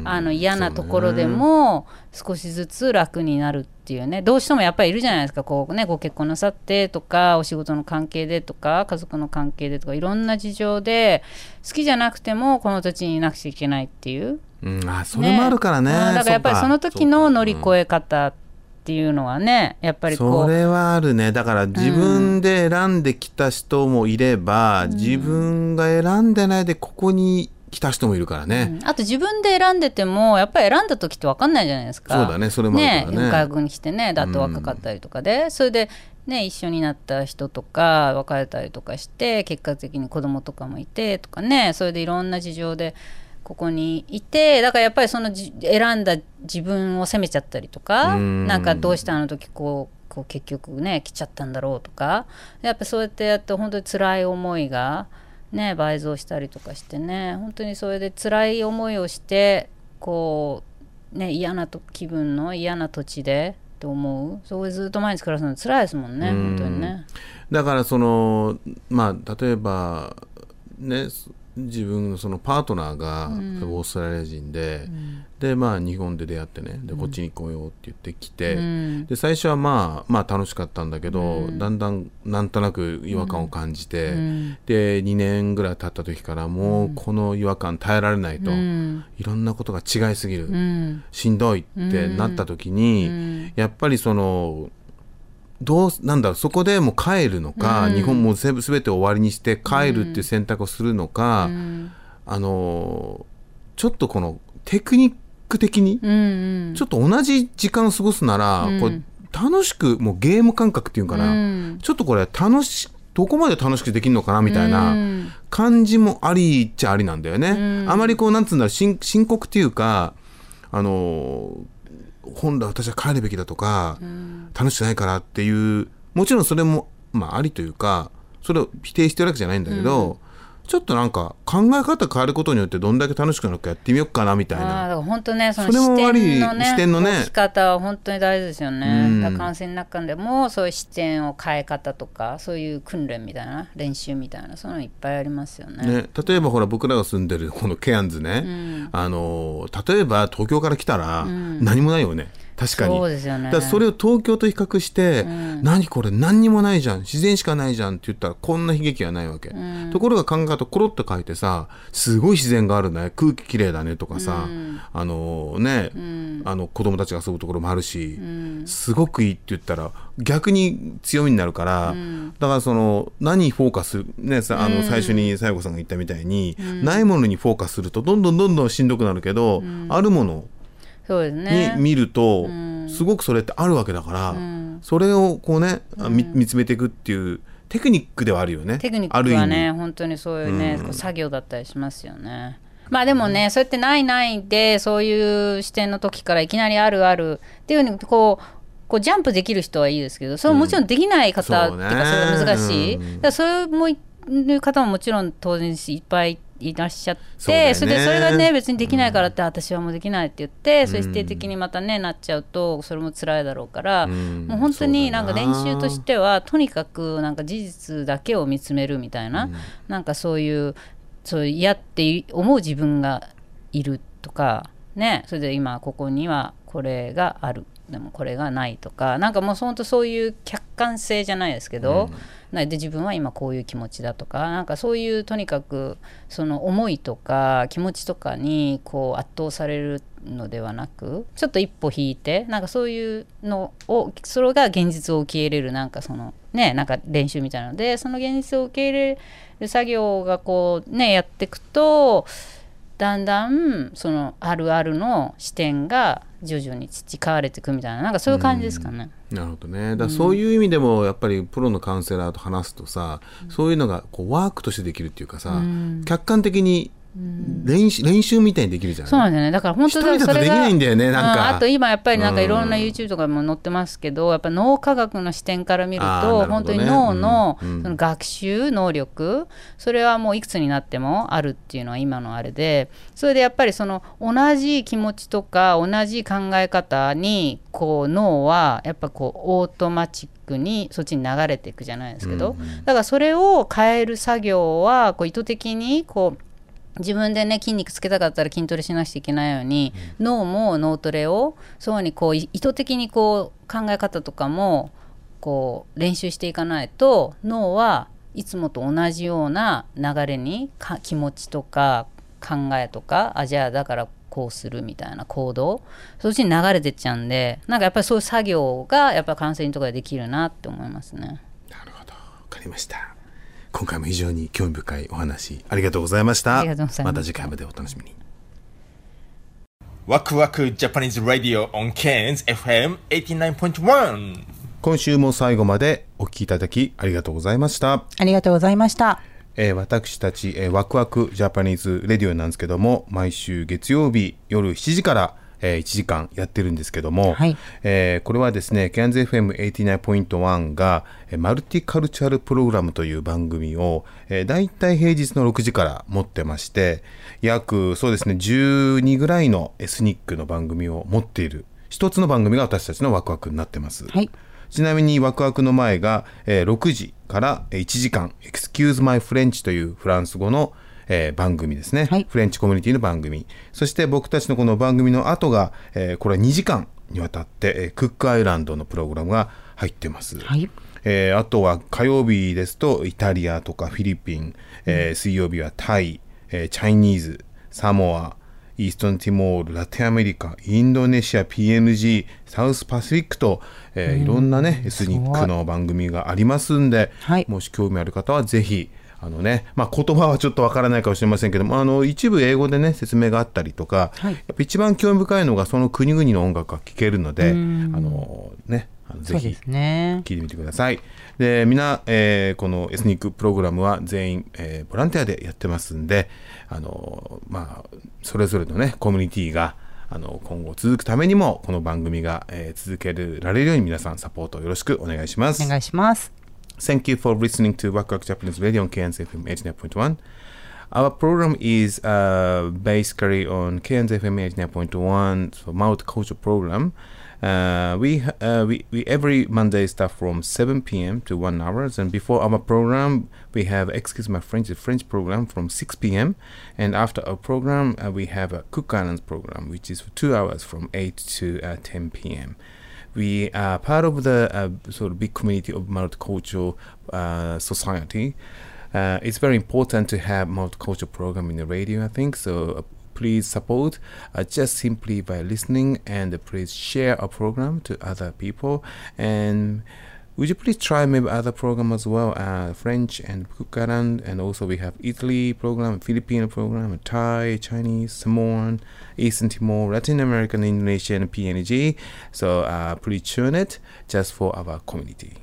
Speaker 14: あの嫌なところでも少しずつ楽になるっていうねどうしてもやっぱりいるじゃないですかこう、ね、ご結婚なさってとかお仕事の関係でとか家族の関係でとかいろんな事情で好きじゃなくてもこの土地にいなくちゃいけないっていう。
Speaker 7: うん、あそれもあるからね
Speaker 14: うんだからやっぱり
Speaker 7: そうか
Speaker 14: その時の乗り越え方っていうのはねやっぱりこ
Speaker 7: そうれはあるねだから自分で選んできた人もいれば、自分が選んでないでここに来た人もいるからね、
Speaker 14: あと自分で選んでてもやっぱり選んだ時って分かんないじゃないですか
Speaker 7: そうだねそれもあるからね
Speaker 14: 外国に来てねだと若かったりとかで、それでね一緒になった人とか別れたりとかして結果的に子供とかもいてとかねそれでいろんな事情でここにいてだからやっぱりそのじ選んだ自分を責めちゃったりとか
Speaker 8: うん
Speaker 14: なんかどうしてあの時こうこう結局ね来ちゃったんだろうとかやっぱそうやってやって本当に辛い思いがね倍増したりとかしてね本当にそれで辛い思いをしてこうね嫌なと気分の嫌な土地でと思うそこでずっと毎日暮らすの辛いですもんね
Speaker 7: うん
Speaker 14: 本当にね。
Speaker 7: だからそのまあ例えばねそ自分のそのパートナーが
Speaker 14: うん
Speaker 7: オーストラリア人で、
Speaker 14: うん
Speaker 7: でまあ日本で出会ってねでこっちに来ようって言ってきて、
Speaker 14: うん
Speaker 7: で最初はまあまあ楽しかったんだけど、
Speaker 14: うん
Speaker 7: だんだんなんとなく違和感を感じて、
Speaker 14: うん
Speaker 7: で2年ぐらい経った時からもうこの違和感耐えられないと、
Speaker 14: うん
Speaker 7: いろんなことが違いすぎる、
Speaker 14: うん
Speaker 7: しんどいってなった時に、
Speaker 14: うん
Speaker 7: やっぱりそのどうなんだろうそこでもう帰るのか、
Speaker 15: うん
Speaker 7: 日本も全部全て終わりにして帰るっていう選択をするのか、
Speaker 15: ん
Speaker 7: あのちょっとこのテクニック的に、ちょっと同じ時間を過ごすなら、
Speaker 15: うん
Speaker 7: これ楽しくもうゲーム感覚っていうのかな、
Speaker 15: うん
Speaker 7: ちょっとこれ楽しどこまで楽しくできるのかなみたいな。
Speaker 15: うん
Speaker 7: 感じもありっちゃありなんだよね。
Speaker 15: うん
Speaker 7: あまりこうなんつうんだろう深深刻っていうかあの本来私は帰るべきだとか、楽しくないからっていうもちろんそれも、まあ、ありというかそれを否定してるわけじゃないんだけど、ちょっとなんか考え方変えることによってどんだけ楽しくなるかやってみようかなみたいな。
Speaker 14: ああだから本当ねそ
Speaker 7: そ
Speaker 14: の
Speaker 7: れ
Speaker 14: 視
Speaker 7: も悪い
Speaker 14: 点のね
Speaker 7: 視点のね
Speaker 14: 持ち方は本当に大事ですよね、
Speaker 7: うん
Speaker 14: だから感染の中でもそういう視点を変え方とかそういう訓練みたいな練習みたいなそういうのいっぱいありますよね
Speaker 7: ね、例えばほら僕らが住んでる [LAUGHS] このケアンズね、
Speaker 14: うん
Speaker 7: あの例えば東京から来たら
Speaker 14: うん
Speaker 7: 何もないよね、確かに
Speaker 14: そうですよね
Speaker 7: だからそれを東京と比較して「何これ何にもないじゃん自然しかないじゃん」って言ったらこんな悲劇はないわけ、
Speaker 15: うん
Speaker 7: ところが考え方コロッと書いてさ「すごい自然があるね空気きれいだね」とかさ、
Speaker 15: うん
Speaker 7: あのね、
Speaker 15: うん
Speaker 7: あの子供たちが遊ぶところもあるし、
Speaker 15: うん
Speaker 7: すごくいいって言ったら逆に強みになるから、
Speaker 15: うん
Speaker 7: だからその何にフォーカスするねさあ
Speaker 15: う
Speaker 7: の
Speaker 15: ん
Speaker 7: 最初にさやこさんが言ったみたいに、
Speaker 14: うん
Speaker 7: ないものにフォーカスするとどんどんどんどんしんどくなるけど、あるもの
Speaker 14: そうですね
Speaker 7: に見ると、
Speaker 14: うん
Speaker 7: すごくそれってあるわけだから、
Speaker 14: うん
Speaker 7: それをこうね、あみ見つめていくっていうテクニックではあるよね。
Speaker 14: テクニ
Speaker 7: あ
Speaker 14: ッ
Speaker 7: る
Speaker 14: ク
Speaker 7: 意
Speaker 14: は
Speaker 7: 味
Speaker 14: ね本当にそういうね、
Speaker 7: うん
Speaker 14: こう作業だったりしますよねまあでもね、そうやってないないでそういう視点の時からいきなりあるあるっていうふうにこうこうジャンプできる人はいいですけどそれもちろんできない方って
Speaker 8: う
Speaker 14: い
Speaker 8: ん
Speaker 14: う
Speaker 8: そうね
Speaker 14: かそれは難しい、
Speaker 8: うん
Speaker 14: だからそういう方ももちろん当然いっぱいいらっしゃって
Speaker 8: そ
Speaker 14: そ,、
Speaker 8: うだよね
Speaker 14: れでそれがね別にできないからって、私はもうできないって言って、そういう否定的にまたねなっちゃうとそれも辛いだろうから、もう本当になんか練習としてはとにかくなんか事実だけを見つめるみたいな、なんかそういうそういう嫌って思う自分がいるとかねそれで今ここにはこれがあるでもこれがないとかなんかもう本当そういう客観性じゃないですけど、なで自分は今こういう気持ちだとかなんかそういうとにかくその思いとか気持ちとかにこう圧倒されるのではなくちょっと一歩引いてなんかそういうのをそれが現実を受け入れるなんかそのねなんか練習みたいなのでその現実を受け入れる作業がこうねやっていくとだんだんそのあるあるの視点が徐々に培われていくみたいななんかそういう感じですかね。
Speaker 7: なるほどね。だからそういう意味でもやっぱりプロのカウンセラーと話すとさ、そういうのがこうワークとしてできるっていうかさ、
Speaker 14: うん
Speaker 7: 客観的に練習練習みたいにできるじゃん
Speaker 14: そうなんだよねだから本当
Speaker 7: 一人だと
Speaker 14: それ
Speaker 7: でき
Speaker 14: が
Speaker 7: ないんだよねなんか
Speaker 14: うあと今やっぱりなんか
Speaker 7: うん
Speaker 14: いろんな YouTube とかにも載ってますけど、やっぱ脳科学の視点から見る
Speaker 7: あ
Speaker 14: と
Speaker 7: ーなるほ
Speaker 14: 本
Speaker 7: ど
Speaker 14: 当
Speaker 7: ね
Speaker 14: に脳の
Speaker 7: う
Speaker 14: そ
Speaker 7: んうん
Speaker 14: の学習能力それはもういくつになってもあるっていうのは今のあれでそれでやっぱりその同じ気持ちとか同じ考え方にこう脳はやっぱこうオートマチックにそっちに流れていくじゃないですけど、だからそれを変える作業はこう意図的にこう自分でね筋肉つけたかったら筋トレしなくちゃいけないように、脳も脳トレをそうにこうい意図的にこう考え方とかもこう練習していかないと脳はいつもと同じような流れにか気持ちとか考えとかあじゃあだからこうするみたいな行動そっちに流れてっちゃうんでなんかやっぱりそういう作業がやっぱカウンセリングとかでできるなって思いますね。
Speaker 7: わかりました今回も非常に興味深いお話ありがとうございました
Speaker 14: ありがとうございま
Speaker 7: ま
Speaker 14: す
Speaker 7: た次回までお楽しみに
Speaker 2: ワクワクジャパニーズ・ラディオ on Cairns FM89.1
Speaker 7: 今週も最後までお聞きいただきありがとうございました
Speaker 12: ありがとうございました。
Speaker 7: えー私たち、えーワクワクジャパニーズレディオなんですけども毎週月曜日夜7時から、えー1時間やってるんですけども、えーこれはですね CANZFM89.1 が、えーマルティカルチャルプログラムという番組を、えー、大体平日の6時から持ってまして約そうですね12ぐらいのエスニックの番組を持っている一つの番組が私たちのワクワクになってます。ちなみにワクワクの前が、えー6時からえー1時間「Excuse My French」というフランス語の、えー番組ですね、フレンチコミュニティの番組そして僕たちのこの番組の後が、えーこれは2時間にわたって、えークックアイランドのプログラムが入ってます、えーあとは火曜日ですとイタリアとかフィリピン、えー水曜日はタイ、えーチャイニーズサモアイーストンティモール、ラテンアメリカ、インドネシア、PNG、サウスパシフィックと、えーいろんなね、エスニックの番組がありますんで、もし興味ある方はぜひ、あのね、まあ、言葉はちょっとわからないかもしれませんけども、あの、一部英語でね、説明があったりとか、やっぱ一番興味深いのがその国々の音楽が聴けるので、あ
Speaker 14: うん
Speaker 7: の、ね、あのぜ
Speaker 14: そう
Speaker 7: ひ
Speaker 14: ですね
Speaker 7: 聞いてみてください。で、みんな、えーこのエスニックプログラムは全員、えーボランティアでやってますんで、あのまあ、それぞれのね、コミュニティが、あの今後続くためにも、この番組が、えー続けられるように皆さんサポートをよろしくお願いします。お願い
Speaker 8: します。
Speaker 7: Thank you for listening to Wakwak Japanese Radio on KNZFM 89.1. Our program is uh, basically on KNZFM 89.1 for Mouth Culture Program. Uh, we, uh, we we every Monday start from 7 p.m. to 1 hours, and before our program we have Excuse My French, the French program from 6 p.m. and after our program uh, we have a Cook Islands program, which is for two hours from 8 to uh, 10 p.m we are part of the uh, sort of big community of multicultural uh, society. Uh, it's very important to have multicultural program in the radio, I think. So uh, please support uh, just simply by listening and please share our program to other people. And would you please try maybe other program as well, uh, French and Kukaran, and also we have Italy program, Filipino program, Thai, Chinese, Samoan, Eastern Timor, Latin American, Indonesian, PNG. So uh, please tune it just for our community.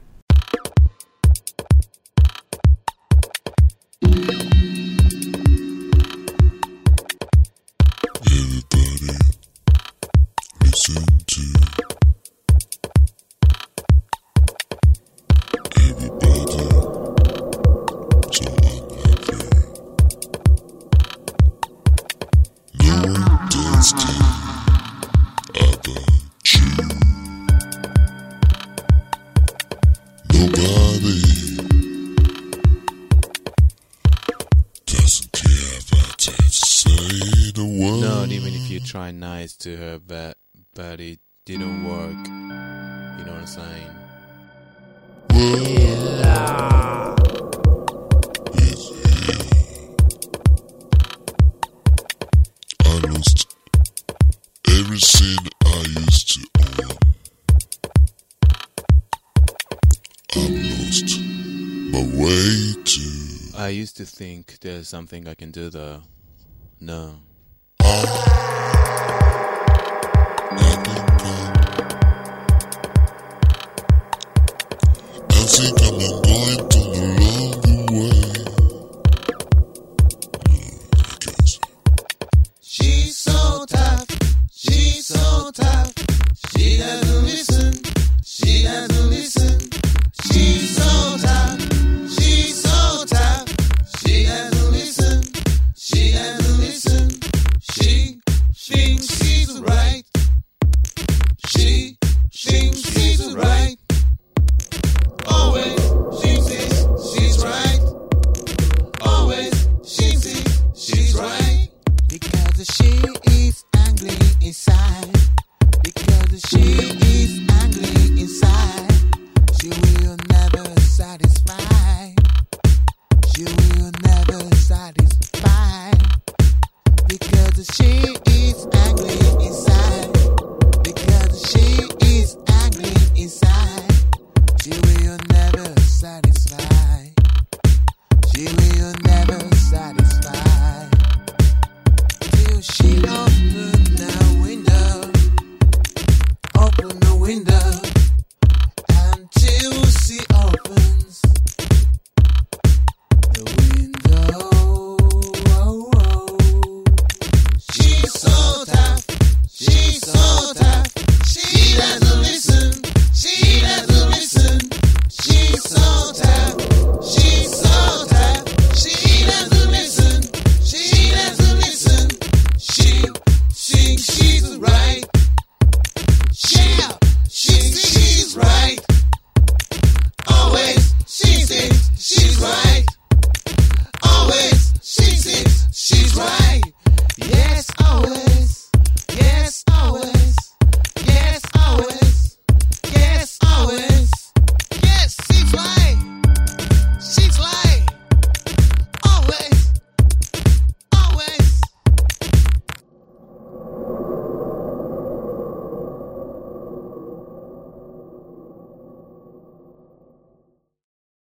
Speaker 16: の
Speaker 15: Not even if you try nice to her, but but it didn't work. You know what I'm saying?
Speaker 16: almost everything I used to own. I've lost my way to
Speaker 15: I used to think there's something I can do though. No.
Speaker 16: I think I'm going to